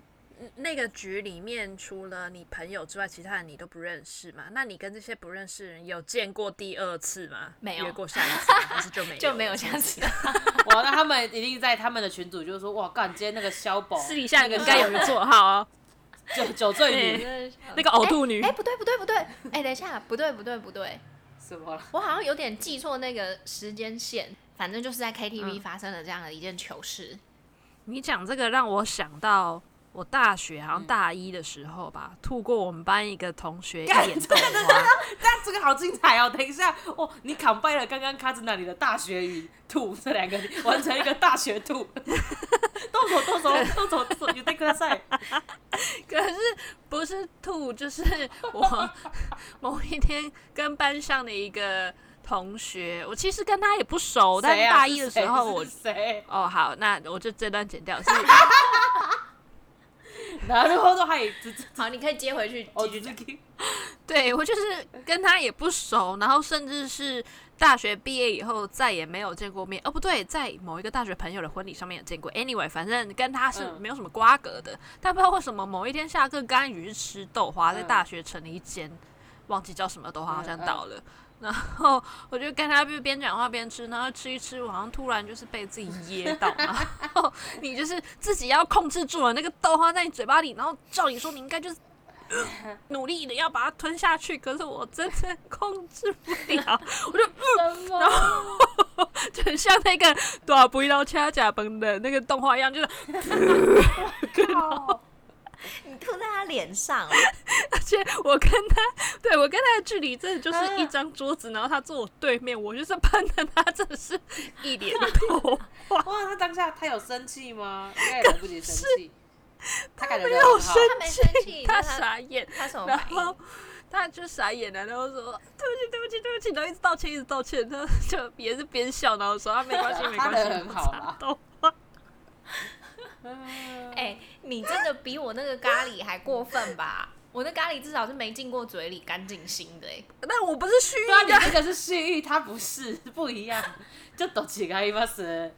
那个局里面，除了你朋友之外，其他人你都不认识嘛？那你跟这些不认识人有见过第二次吗？
没有
约过下一次吗，还是 就没
就没有下次。
哇，那他们一定在他们的群组就是说，哇，干，今天那个肖 宝
私底下你应该有一个绰号哦，
酒酒醉 女
那个呕吐女
哎、。不对不对不对，哎、等一下，不对不对不对，
什么了？
我好像有点记错那个时间线，反正就是在
嗯
KTV 发生了这样的一件糗事。
你讲这个让我想到。我大学好像大一的时候吧，吐过我们班一个同学一脸豆花，
但这个好精彩哦！等一下，哦，你 combine 了刚刚卡子那里的大学与兔这两个，完成一个大学 兔。动手动手动手动手，有那 个赛。
可是不是吐，就是我某一天跟班上的一个同学，我其实跟他也不熟，但
谁啊
大一的时候
是
我
谁？啊
哦，好，那我就这段剪掉。 是
然后都还只 只
好，你可以接回去
哦
继续
只
讲。
只
对我就是跟他也不熟，然后甚至是大学毕业以后再也没有见过面。哦，不对，在某一个大学朋友的婚礼上面有见过。Anyway，反正跟他是
嗯
没有什么瓜葛的。但不知道为什么某一天下课，跟他一起去吃豆花，在
嗯
大学城里一间，忘记叫什么豆花，好像
嗯嗯
倒了。 然后我就跟他边讲话边吃，然后吃一吃，我好像突然就是被自己噎 到，然后你就是自己要控制住了那个豆花在你嘴巴里，然后照理说你应该就是。 呃努力的要把它吞下去，可是我真的控制不了， 我就
什么？
就很像那个大不一刀掐甲崩的那个动画一样，就是
靠
你吐在他脸上、哦，
而且我跟他，对我跟他的距离真的
啊
就是一张桌子，然后他坐我对面，我就是 喷的他，真的是一脸头。
哇，他当下他有生气吗？应该也来不及生气。他感觉没
有生
他没生气，
他
那
傻眼，
他什么
然
反应
后？他就傻眼了，然后说对不起，对不起，对不起，然后一直道歉，一直道歉，他就也是边笑，然后说啊没关系，没
他
关
人
系，
很
我
好
查
啦
到。
哎、你真的比我那个咖喱还过分吧？我那咖喱至少是没进过嘴里，干净新的、哎，
但我不是蓄
对啊，
意的，
你这个是蓄意，他不是不一样，就懂起来吗？是。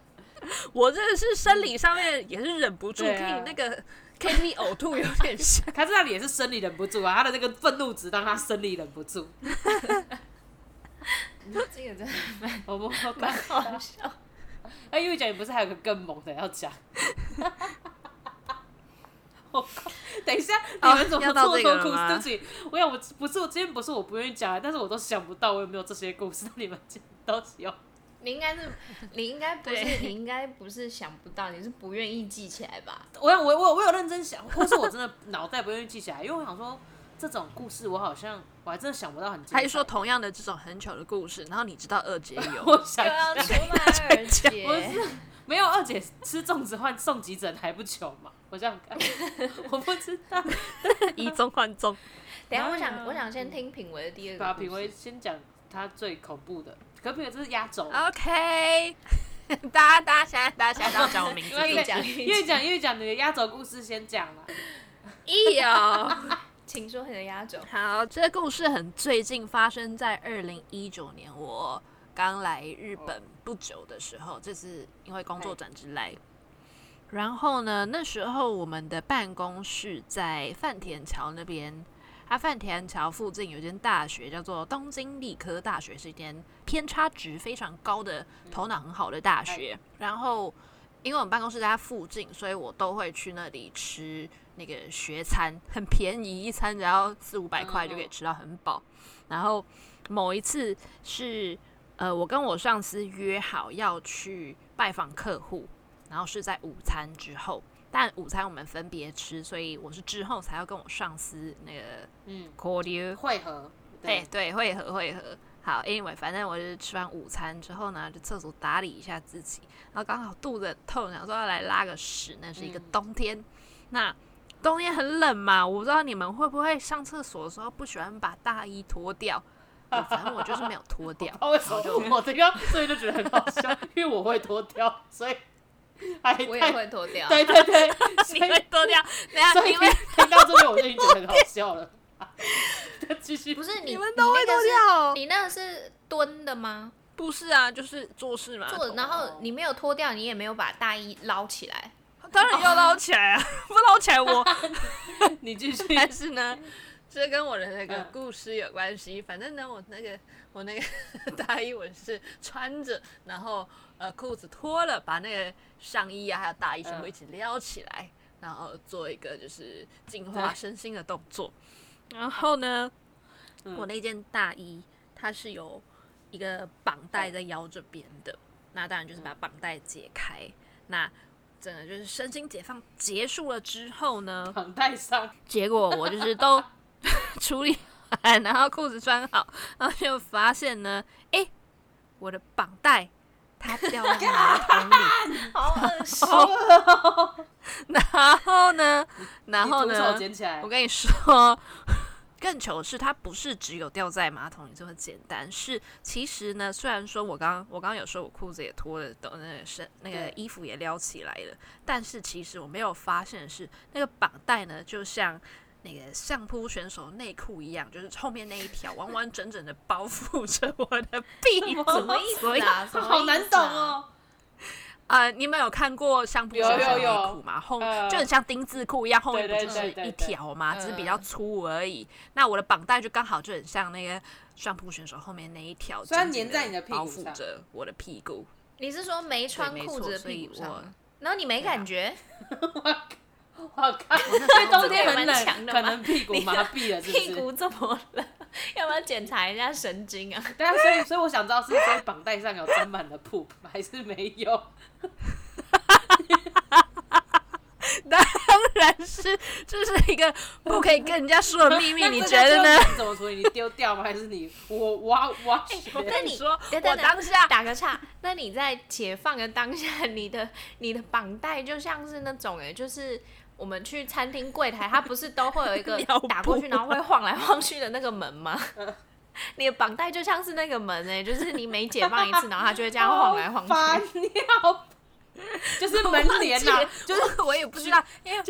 我真的是生理上面也是忍不住，
对
跟
啊
你那个 KTV 呕吐有点像。
他这那里也是生理忍不住啊，他的那个愤怒值让他生理忍不住。
这个真的
我们我刚
蛮 好笑。
哎，因为讲你不是还有个更猛的要讲？我靠！等一下，你们怎么
要到
做
这
哦这
个了
种故事？
吗
对不起，我想我不是我今天不是我不愿意讲，啊但是我都想不到我有没有这些故事。那你们今天都有？
你应该是，你应该不是，
对
你应该不是想不到，你是不愿意记起来吧？
我想我我我有认真想，或是我真的脑袋不愿意记起来，因为我想说这种故事我好像我还真的想不到很精 彩。
还是说同样的这种很糗的故事，然后你知道二姐 有，
我想
又
一
要
下
出卖二姐，
我是没有二姐吃粽子换送急诊还不糗吗？我想想 看，我不知道。
以中换 中，
等一下，我
哎呀
想，我想先听品味的第二个
把
故
品
事。
味先讲他最恐怖的，可品味这是压轴。
哦
OK，大家大家现在大家现在都要讲我名 字，
越
越讲
越
越
越讲越讲，你的压轴故事先讲啊了。
一哦。
请说你的压轴。
好，这个故事很最近发生在二零一九年，我刚来日本不久的时候，这是因为工作转职来。然后呢，那时候我们的办公室在饭田桥那边。它饭田桥附近有一间大学叫做东京理科大学，是一间偏差值非常高的、头脑很好的大学。然后，因为我们办公室在它附近，所以我都会去那里吃那个学餐，很便宜，一餐只要四五百块就可以吃到很饱。然后某一次是呃，我跟我上司约好要去拜访客户，然后是在午餐之后。但午餐我们分别吃，所以我是之后才要跟我上司那个
嗯，
Cordier，
会合，
对对，会合会合。好，anyway，反正我就是吃完午餐之后呢，就厕所打理一下自己，然后刚好肚子很痛，想说要来拉个屎。那是一个
嗯，
冬天，那冬天很冷嘛，我不知道你们会不会上厕所的时候不喜欢把大衣脱 掉，我反正我就是没有脱 掉
他哦为什么我这个，所以就觉得很好笑， 因为我会脱掉，所以还
我也会脱掉。
对对 对，
你
所以
会 脱掉？等一
所
下
以
因为
听到这边我就已经觉得很好笑了。继续
不是你，
你们都会
那
脱
个是
掉？哦
你那个是蹲的吗？
不是啊，就是做事嘛，
坐，然后你没有脱掉，你也没有把大衣捞起来。
当然要捞起来啊， 不捞起来我。
你继续，
但是呢，这跟我的那个
嗯
故事有关系。反正呢，我那个我那个 大衣我是穿着，然后呃裤子脱了，把那个上衣啊还有大衣全部
嗯
一起撩起来，然后做一个就是净化
对
身心的动作。然后呢，
嗯
我那件大衣它是有一个绑带在腰这边的，那当然就是把绑带解开。那整个就是身心解放结束了之后呢，
绑 带上，
结果我就是都 处理完，然后裤子穿好，然后就发现呢，诶，我的绑带它掉到马桶里，
好啊恶心！
然后呢，然
你
后
徒
呢
手，捡起来
我，跟你说， 更糗的是，它不是只有掉在马桶里这么简单，是其实呢，虽然说我刚刚我刚刚有说我裤子也脱了，都那个身那个
对
衣服也撩起来了，但是其实我没有发现的是，那个绑带呢，就像。那个相扑选手内裤一样，就是后面那一条完完整整的包覆着我的 屁股，
什么意
所
思
以
啊？什么意思啊
好难懂。哦。
呃，你们有看过相扑
有
选手
有有
内裤吗？后
呃
就很像丁字裤一样，后面不
对对
就是
对对
一
对
条吗？只是比较
嗯
粗而已。那我的绑带就刚好就很像那个相扑选手后面那一条，
虽然
紧紧
粘在
地
你的屁股
包覆
上
着我的屁股。
你是说没穿裤子的屁股
对没错所以
上？然后你没感觉？
好看，因
那时候
为冬天
真的蛮
很冷，
强的
可
嘛
能屁股麻痹了，是 不
屁
是？
股怎么了？要不要检查一下神经啊？
对啊，所以所以我想知道是不是绑带上有沾满了 poop 还是没有？
当然是，这是一个不可以跟人家说的秘密，你
那
觉得呢
这个？你怎么处理？你丢掉吗？还是你我挖挖掘？
哎我
那
跟你
你
说，
等等
我
等
当 下
打个岔，那你在解放的当下，你的 你的绑带就像是那种哎、就是我们去餐厅柜台，它不是都会有一 个
尿布
打过去，然后会晃来晃去的那个门 吗？你的绑带就像是那个门哎、就是你每解放一次，然后它就会这样晃来晃
好
去。
烦你好， 就是门帘啊呐、
忘记了就是我也不知道，因为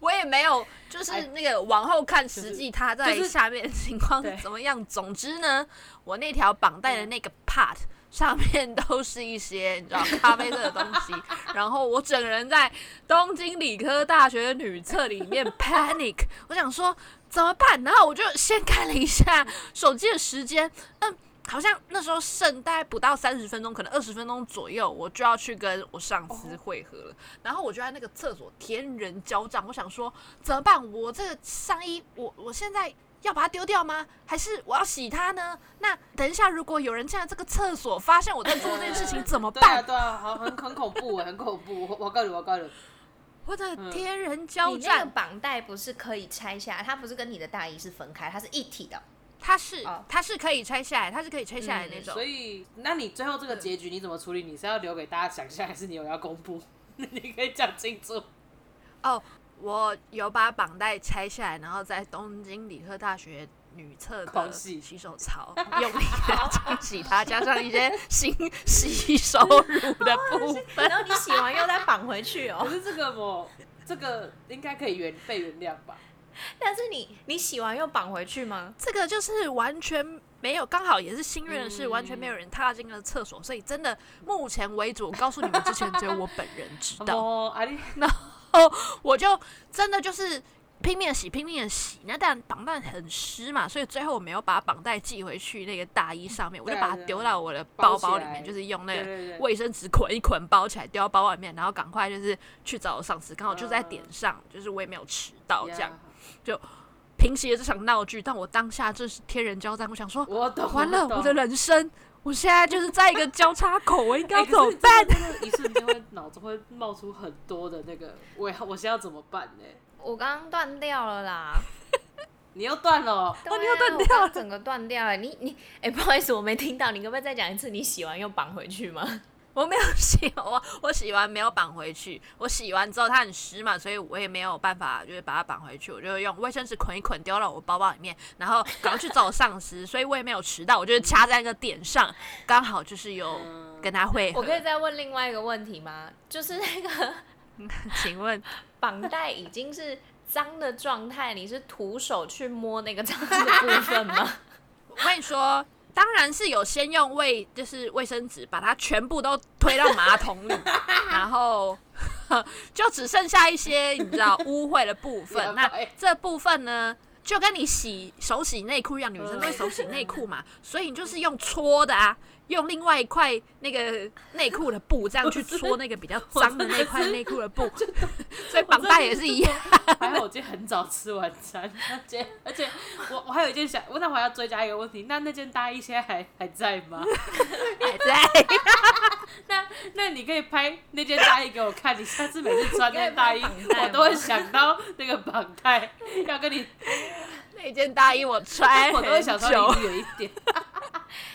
我也没有，就是那个往后看实际它在
哎就是
下面的情况是
对
怎么样。总之呢，我那条绑带的那个 part 上面都是一些你知道咖啡色的东 西，然后我整个人在东京理科大学的女厕里面 panic，我想说怎么办？然后我就先看了一下手机的时间，嗯。好像那时候剩大概不到三十分钟，可能二十分钟左右，我就要去跟我上司会合了。然后我就在那个厕所天人交战，我想说怎么办？我这个上衣，我我现在要把它丢掉吗？还是我要洗它呢？那等一下，如果有人进来这个厕所，发现我在做这件事情，怎么
对啊
嗯
办？
对啊，好很很恐怖欸，很恐怖。我我告诉你，我告诉你，
我的天人交
你那个
战，
绑带不是可以拆下来，它不是跟你的大衣是分开，它是一体的。
它是
哦
它是可以拆下来，它是可以拆下来
嗯
那种
所。以那你最后这个结局你怎么处理？你是要留给大家想象，还是你有要公布？ 你可以讲清楚。
哦，我有把绑带拆下来，然后在东京理科大学女厕的
狂洗
洗手槽用力 的清洗它，加上一些新洗手乳的
哦
部 分。
然后你洗完又再绑回去哦
可。是这个我这个应该可以原被原谅吧？
但是你你洗完又绑回去吗？
这个就是完全没有，刚好也是新任的事，完全没
嗯
有人踏进了厕所，所以真的目前为止，我告诉你们之前只有我本人知道，
哦，啊你
我就真的就是。拼命的洗，拼命的洗，那但绑带很湿嘛，所以最后我没有把绑带系回去那个大衣上面，我就
对啊
把它
对啊
丢到我的
包
包
起
包里
来
面，就是用那
对
个
对对，
卫生纸捆一捆包起来丢到包外面，然后赶快就是去找我上司，刚好就在点上，就是我也没有迟到，这样
呀
平息了这场闹剧。但我当下就是天人交战，我想 说，
我懂，
完了，
懂
我的人生，我现在就是在一个交叉口，我应该
哎
要
可
怎么
是
办？
真的真的一瞬间会脑子会冒出很多的那个，我要我现在要怎么办呢？
我刚刚断掉了啦，
你又断了哦，
对啊
你又断掉了
我刚刚整个断掉了。你你哎、不好意思，我没听到，你可不可以再讲一次？你洗完又绑回去吗？
我没有洗，我我洗完没有绑回去， 我洗完之后它很湿嘛，所以我也没有办法就是把它绑回去，我就用卫生纸捆一捆丢到我包包里面，然后赶快去找我上司，所以我也没有迟到，我就是掐在那个点上，刚好就是有
嗯
跟他会合。
我可以再问另外一个问题吗？就是那个
请问
绑带已经是脏的状态，你是徒手去摸那个脏的部分吗？
我跟你说，当然是有先用卫，就是卫生纸把它全部都推到马桶里，然后 就只剩下一些你知道污秽的部
呀
分。
妈
那
呀
这部分呢，就跟你洗手洗内裤一样，女生
嗯
都会手洗内裤嘛， 所以你就是用搓的啊。用另外一块那个内裤的布，这样去搓那个比较脏的那块内裤 的布，所以绑带也是一样。
还好我今天很早吃晚餐， 而且而且我我还有一件想，我那我还要追加一个问题，那那件大衣现在还还在 吗？
还在
那那你可以拍那件大衣给我看，你下次每次穿那件大衣，
你可以拍绑带吗
我都会想到那个绑带，要跟你，
那件大衣我穿
我都会想
很
说
久
离远一点。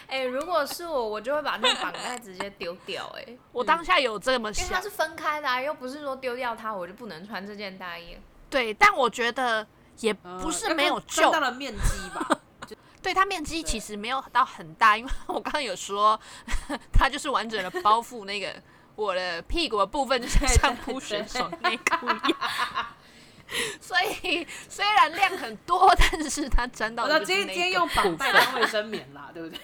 哎、如果是我，我就会把那个绑带直接丢掉、 哎，
我当下有这么
因为
想
它，
嗯
是分开的、啊，又不是说丢掉它我就不能穿这件大衣。
对，但我觉得也不
嗯
是没有救，
到了面积吧？
对它面积其实没有到很大，因为 我刚刚有说，它就是完整的包覆那个我的屁股的部分，就像相扑选手内裤一样。 所以虽然量很多，但是它沾到
我
的
到
就
今
是 那个
天今天用绑带当卫生棉啦，对不对？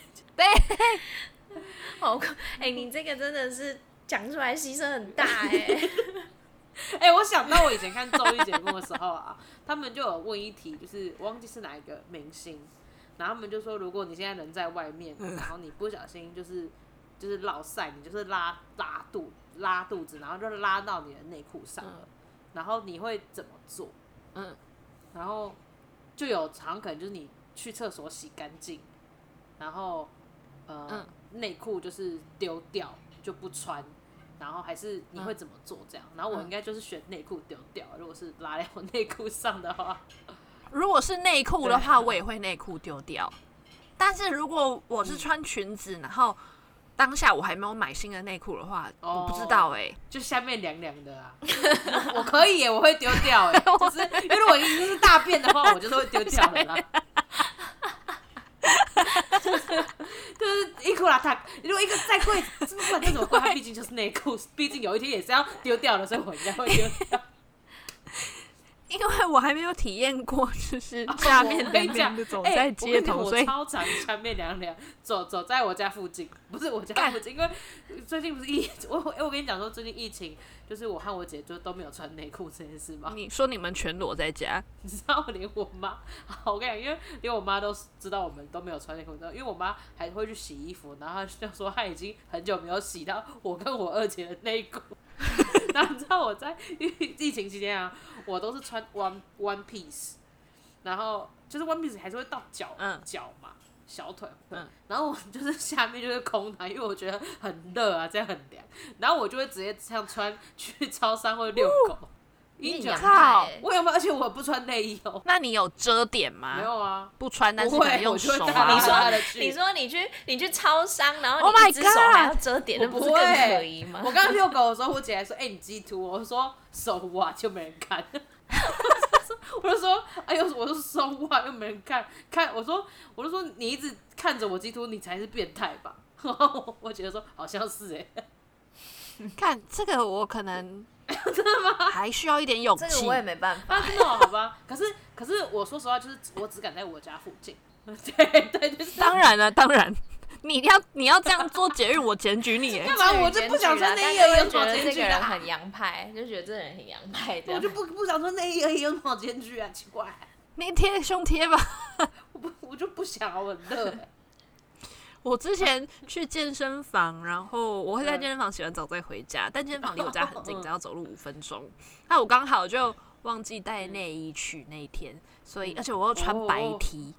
好，哎、你这个真的是讲出来牺牲很大哎、
哎、我想到我以前看综艺节目的时候啊，他们就有问一题，就是我忘记是哪一个明星，然后他们就说，如果你现在人在外面，然后你不小心就是就是落晒，你就是拉拉肚拉肚子，然后就拉到你的内裤上了，然后你会怎么做？
嗯，
然后就有常可能就是你去厕所洗干净，然后呃内裤、就是丢掉就不穿，然后还是你会怎么做这样？然后我应该就是选内裤丢掉，如果是拉在我内裤上的话，
如果是内裤的
对
话，我也会内裤丢掉。但是如果我
嗯
是穿裙子，然后当下我还没有买新的内裤的话，我不知
哦
道哎、
就下面凉凉的啊，我可以耶，我会丢掉哎，就是因为如果已经是大便的话，我就是会丢掉的啦。就是就是一裤邋遢，如果一个再贵，真的不管再怎么贵，它毕竟就是内裤，毕竟有一天也是要丢掉的，所以我应该会丢掉。
因为我还没有体验过，就是 下面
啊我跟
凉
你
凉
讲
的走
哎
在
我跟
街
你讲
头，
我
所以
超常下面凉凉，走走在我家附近，不是我家附近，因为最近不是疫， 我我哎我跟你讲说最近疫情，就是我和我姐就都没有穿内裤这件事嘛，
你说你们全裸在家，
你知道连我妈，好我跟你讲，因为连我妈都知道我们都没有穿内裤，你知道因为我妈还会去洗衣服，然后她就说她已经很久没有洗到我跟我二姐的内裤。 然后你知道我在疫疫情期间啊，我都是穿 one one piece，然后就是 one piece 还是会到脚、
嗯
脚嘛，小腿，
嗯
然后我就是 下面就是空的，因为我觉得很热啊，这样很凉，然后我就会直接这样穿去超商或遛狗。
你
九
养哎
靠
太、
我有没有？而且我不穿内衣哦，
那你有遮点
没
吗？
有啊。
不穿，但是
不
可
会
能用
我就会
手
带
啊。
你
拉
说
得去
你说你去你去超商，然后
Oh
你
my
一只手还要
God
遮点，
我
那不
不
是更
会
可疑吗？
我刚遛狗的时候，我姐还说：“哎、你鸡突。”我说：“手袜就没人看。” 我就说：“哎呦，我说手袜又没人看，看我说我就说你一直看着我鸡突，你才是变态吧？” 我姐就说：“好像是哎、
看这个，我可 能真的吗？还需要一点勇
这个
气
我。也没办法。
啊，真的哦好吧。可是可是我说实话，就是我只敢在我家附近， 对对，就是
当然了，当然，你要你要这样做节日，我检举你耶。
干嘛？我就
就
不想
穿
穿内衣而已，有什
觉
么
得
好
这
检举
个人
的？
很洋派，就觉得这个人很洋派这
我
样
就不不想穿内衣而已，有什么好检举啊？奇怪，
你贴胸贴吧。
我不我就不想啊，我很热欸。
我之前去健身房，然后我会在健身房洗完澡再回家，但健身房离我家很近，只要走路五分 钟。那我刚好就忘记带内衣去那一天，所
嗯
以而且我又穿白
哦
T，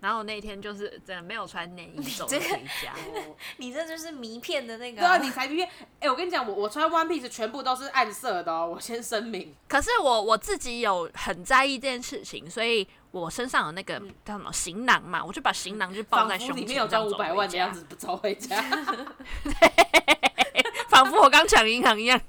然后我那一天就是真的没有穿内衣走路
这个
回家。
哦
你这就是迷骗的那个
对啊，你才不骗。哎，我跟你讲，我我穿 one piece 全部都是暗色的哦，我先声明。
可是我我自己有很在意这件事情，所以我身上有那个叫什么行囊嘛，我就把行囊就抱
嗯仿
在
佛
胸
里
前，
面有
这
赚
样
五
走
百
回
万的
家
样，子，不走回家，
仿佛我刚抢银行一 样。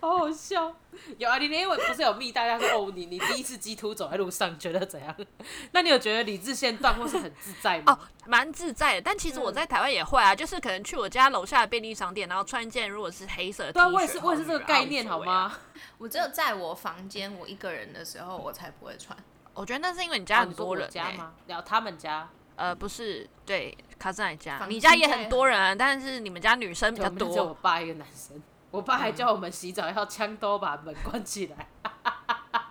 好好笑。有啊，你那我不是有密大家说哦，你你第一次鸡突走在路上觉得怎样？ 那你有觉得理智线断或是很自在吗？
哦，蛮自在的。但其实我在台湾也会啊，就是可能去我家楼下的便利商店，然后穿一件如果是黑色的 T
对
恤
啊，
或者
我
羽绒服
也是，
啊，
我也是这个概念，好
无所谓啊？
吗？
我只有在我房间我一个人的时候，我才不会穿。
我觉得那是因为你
啊
家很
你说
多
我
人、
家
欸，
吗？聊他们家，
呃，不是，对，卡斯奶家，
房
你
间
家也
在
很多人啊，但是你们家女生比
对
较
我们家只有我
多，嗯
爸一个男生，我爸还叫我们洗澡要枪都把门关起来，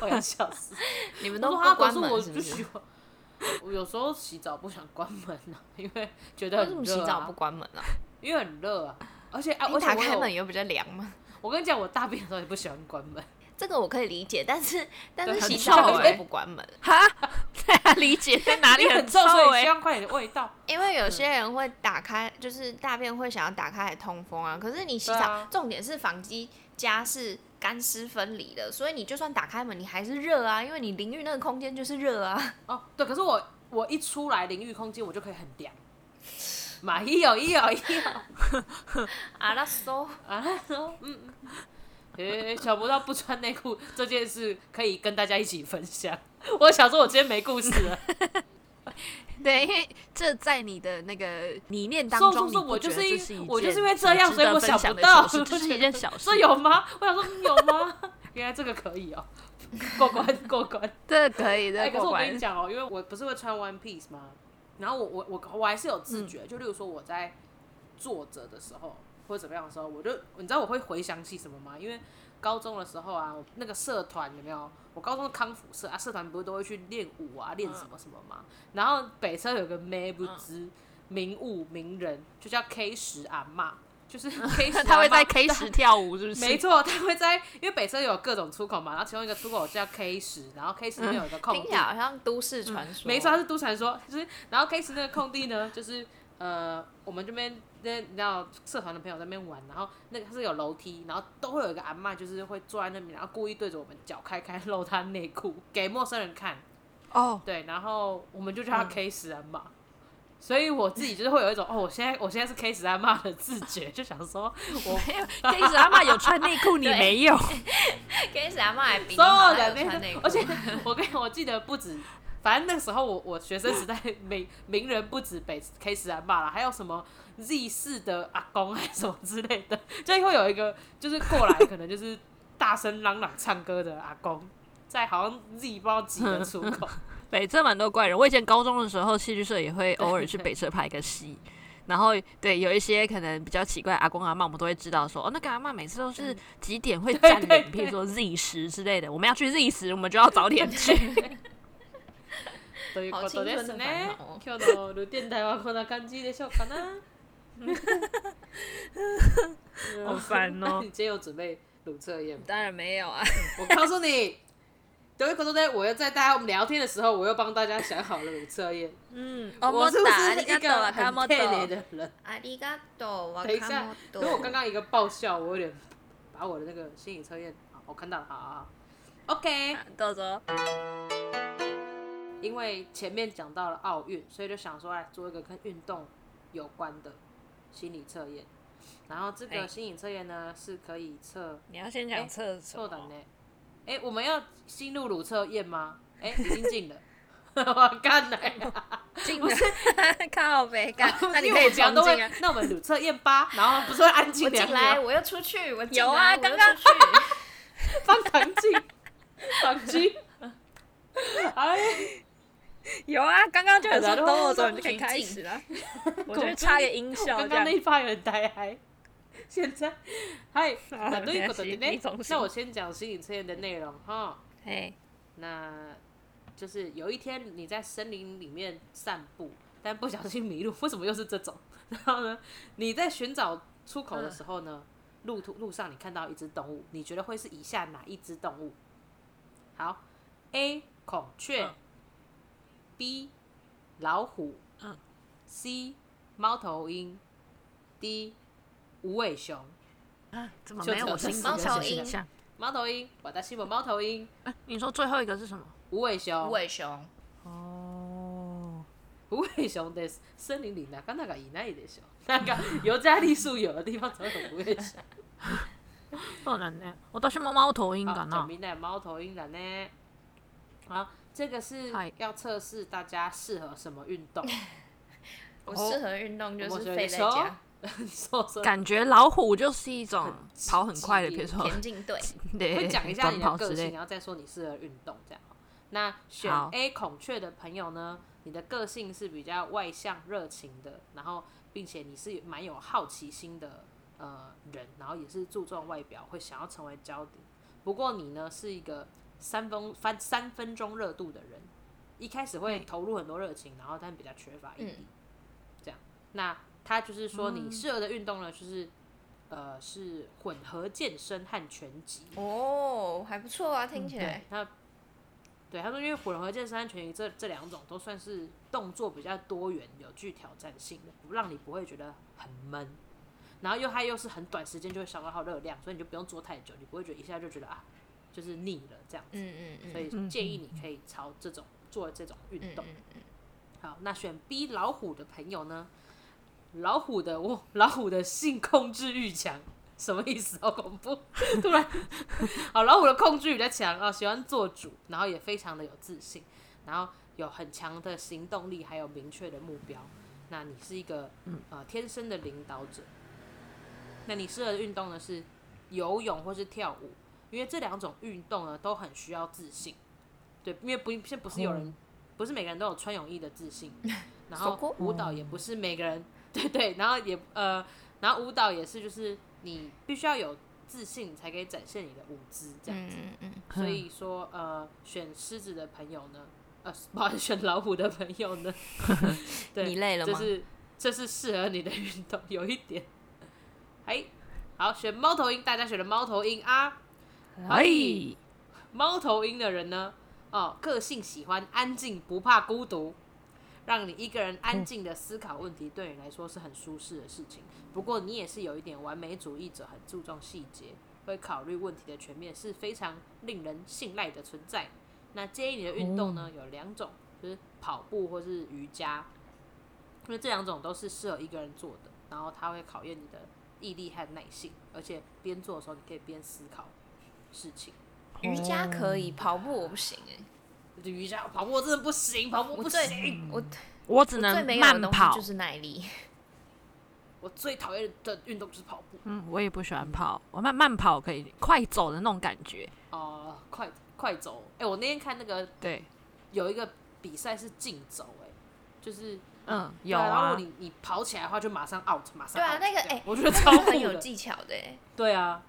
我要笑死。
你们
我
都
说他
不关
关是我
门啊是
就
不
喜
是？
欢， 我有时候洗澡不想关门啊，因为觉得
为什
很
么洗
热
澡不
啊，
关门啊？
因为很热啊，而且啊，
你
而且
打
我
开门
有，
有比较凉吗？
我跟你讲，我大便的时候也不喜欢关门，
这个我可以理解，但是但
对
是
很
洗
臭
澡为什
欸
么不关门？
哈， 大家理解在哪里
因为很
臭
所以
欸
哎、
希望快点的味道。
因为有些人会打开，就是大便会想要打开来通风啊。可是你洗澡，
对啊
重点是房机家是干湿分离的，所以你就算打开门，你还是热啊，因为你淋浴那个空间就是热啊。
哦，对，可是我我一出来淋浴空间，我就可以很凉。嘛，一有一有一有
啊，那收
啊，嗯嗯，诶、想不到不穿内裤这件事可以跟大家一起分享。我想说，我今天没故事了，
对，因为这在你的那个理念当
说
中，
不
你
出
不
我就
觉得
是因
这是一
我就
件
是因
什
为这
么
样
值
所以
得
我
分
想不
享的
到
小事这是一件 小事，
这有吗？我想说嗯有吗？ 原来这个可以哦、过关过关。
这可以的
哎、可是
过
我
关
跟你。讲哦、因为我不是会穿 one piece 吗？然后我我我我还是有
嗯
自觉，就例如说我在坐着的时候或者怎么样的时候，我就你知道我会回想起什么吗？因为高中的时候啊，我那个社团有没有？我高中的康复社啊，社团不是都会去练舞啊，
嗯
练什么什么嘛。然后北车有个妹不知名物名人，就叫 K 十阿嬷，就是 K 十，
嗯他会在 K 十跳舞，是不是？
没错，他会在，因为北车有各种出口嘛，然后其中一个出口叫 K 十，然后 K 十面有一个空
哎
听
地
起，来好像都市传说。
嗯没错，它是都传说，就是然后 K 十那个空地呢，就是呃，我们这边那你知道社团的朋友在那边玩，然后那个它是有楼梯，然后都会有一个阿嬷，就是会坐在那边，然后故意对着我们脚开开露她内裤给陌生人看，
哦，
对，然后我们就叫她 K 十阿嬷。所以我自己就是会有一种哦，我现在我现在是 K 十阿嬷的自觉，就想说我
跟 着阿妈有穿内裤，你
对
没有？
跟谁啊阿妈还比你
所
好
有
还有
的那
穿
个
内裤，
而且我跟 我记得不止，反正那时候我我学生时代名名人不止北 K 十安爸啦，还有什么 Z 四的阿公还是什么之类的， 就会有一个就是过来可能就是大声嚷嚷唱歌的阿公，在好像 Z 不知道几个出 口，
北车蛮多怪人。我以前高中的时候，戏剧社也会偶尔去北车拍个戏。然后对，有一些可能比较奇怪的阿公阿嬷，我们都会知道说，哦，那个阿嬷每次都是几点会占
嗯对
领，
对
譬如说 Z 十之类的，我们要去 Z 十，我们就要早点去。
というこ
好
と
青
で
春
す
的
ね
烦恼哦。
今日のルテン台はこんな感じでしょうかな。嗯
好烦哦
那你 今天有准备鲁测验吗？
当然没有啊，
我告诉你，德语口头在我又在大家我们聊天的时候，我又帮大家想好了五测验。
嗯，
我是不是一个
阿莫
很
达
配脸的人？
阿里嘎多，我
等一下
看不
因为我
懂
刚。刚一个爆笑，我有点把我的那个心理测验，好我看到了，好好好。OK，
哎豆豆，
因为前面讲到了奥运，所以就想说来哎做一个跟运动有关的心理测验。然后这个
哎
心理测验呢，是可以测
你要先
讲
厕
错的呢。哎、我们要进入鲁测验吗？哎、已经进了。 我干了呀！
进不是 靠北干
因为我平常都会，
啊
啊
那我们鲁测验吧，然后不是会安静
我
两
进来，
秒，
我又出去，我进
有
来
啊
我又
刚刚
出去
放糖镜，糖镜，哎，
有啊，刚刚就有说
然后
等我的时候，
他
你就可以
说
开
取景
始
啊
了。我 就插个音效
刚
这
刚
样
那。一趴有点呆嗨，现在 嗨，那
没关系你重新
那我先讲心理测验的内容哈。
哎，
那就是有一天你在森林里面散步，但不小心迷路，为什么又是这种？ 然后呢，你在寻找出
嗯
口的时候呢，路途路上你看到一只动物，你觉得会是以下哪一只动物？好，A 孔雀、
嗯
b 老虎，
嗯
c 猫头鹰，D 无尾熊。
啊，怎么
就
没有
只有
我心里
这
的
四个猫头
形
鹰
象？
猫头鹰，我的新闻猫头鹰，
啊你说最后一个是什么？
无尾熊，
无尾熊，
哦，
无尾 熊的森林里那个那个以内的熊， 那个尤加利树有的地方才会有无尾 熊。
不能呢，我都是猫猫头鹰
好
感
讲
啊。
明的猫头鹰了呢。好，这个是
嗨
要测试大家适合什么运动。
我适合运动 就
我
是
觉
废
得
在
说
家，
说说
感觉老虎就是一种
很
跑很快的，
激
比
烈
如说
田径 队，
对
会讲一下
短
你
跑
的
之
个性，
类。
然后再说你适合运动这样。那选
好
A 孔雀的朋友呢，你的个性是比较外向、热情的，然后并且你是蛮有好奇心的呃人，然后也是注重外表，会想要成为焦点。不过你呢是一个三分翻三分钟热度的人，一开始
嗯
会投入很多热情，然后但比较缺乏毅力。这样，那他就是说你
嗯
适合的运动呢，就是呃是混合健身和拳击。
哦，还不错啊，听起来，
那对他说，因为混合健身和拳击这这两种都算是动作比较多元、有具挑战性的，不让你不会觉得很闷。然后又它又是很短时间就会消耗热量，所以你就不用做太久，你不会觉得一下就觉得啊，就是腻了这样子。
嗯嗯
所
嗯
以建议你可以朝这种做这种运
嗯
动。
嗯
好，那选 B 老虎的朋友呢？老虎的哇，老虎的性控制欲强，什么意思？好恐怖！突然，好，老虎的控制欲比较强啊，喜欢做主，然后也非常的有自信，然后有很强的行动力，还有明确的目标。那你是一个呃天生的领导者。那你适合的运动呢是游泳或是跳舞，因为这两种运动呢都很需要自信。对，因为不现在不是有人、不是每个人都有穿泳衣的 自信，然
手
后
锅
舞蹈也不是每个人 对对，然后也呃，然后舞蹈也是就是你必须要有自信才可以展现你的舞姿这样。
嗯嗯
所以说，呃，选狮子的朋友呢，呃， 不好意思，选老虎的朋友呢， 对，
你累了
就
吗
是这是适合你的运动，有一点。哎，好，选猫头鹰，大家选了猫头鹰啊。
哎，
猫头鹰的人呢，哦，个性喜欢安静，不怕孤独，让你一个人安静的思考问题，对你来说是很舒适的事情。不过你也是有一点完美主义者，很注重细节，会考虑问题的全面，是非常令人信赖的存在。那建议你的运动呢，有两种，就是跑步或是瑜伽，因为这两种都是适合一个人做的，然后它会考验你的毅力和耐性，而且边做的时候你可以边思考事情。
嗯，瑜伽可以，跑步我不行哎，
瑜伽跑步我真的不行，跑步
我
不
最
行。
我
我只
最
能
没有的
慢
东西
跑
就。是耐 力，
我最讨厌的运动就是跑步。
嗯，我也不喜欢跑，我慢慢跑可以，快走的那种感觉。
哦、快快走！哎、我那天看那个
对，
有一个比赛是竞走、哎，就是
嗯，
对
有
然后如
啊
果，你你跑起来的话，就马上 out，马上
对啊
out
那个
这样
哎
我觉得
那
超
个
酷
很有
的
技巧的哎，
对啊，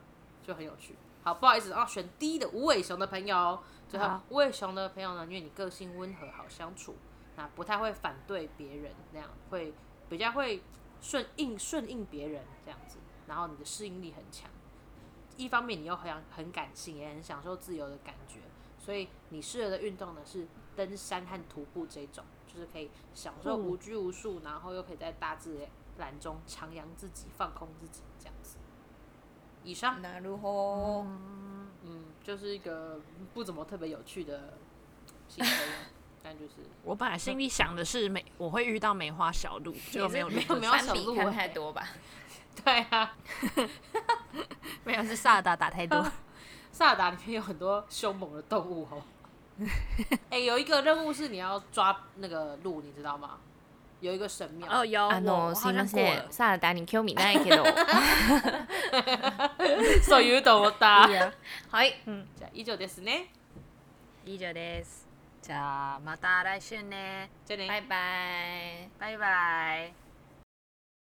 就很有趣。好，不好意思啊，选 D 的无尾熊的朋友，最后
好
无尾熊的朋友呢，因为你个性温和，好相处，那不太会反对别人，那样会比较会顺应顺应别人这样子，然后你的适应力很强。一方面你又很很感性，也很享受自由的感觉，所以你适合的运动呢是登山和徒步这种，就是可以享受无拘无束，然后又可以在大自然中徜徉自己、放空自己这样子。以上，
那如何？
嗯，就是一个不怎么特别有趣的 行为，但就是
我本来心里想的是梅，我会遇到梅花小鹿，结果没有
没
遇
有
到
没有
攀
小
比
鹿
看
欸
太多吧，
对啊，
没有是萨达打太多。
萨达里面有很多凶猛的动物 哦。哎、有一个任务是你要抓那个鹿，你知道吗？有一个神庙
哦，有，
あ
我
の
我
す
好
いま
像过
せん
了。
サラダに興味ないけど
所
啊
以懂我答。
はい
嗯じゃあ以上ですね。
以上です。
じゃあまた来週ね，
这里
拜拜。
拜拜。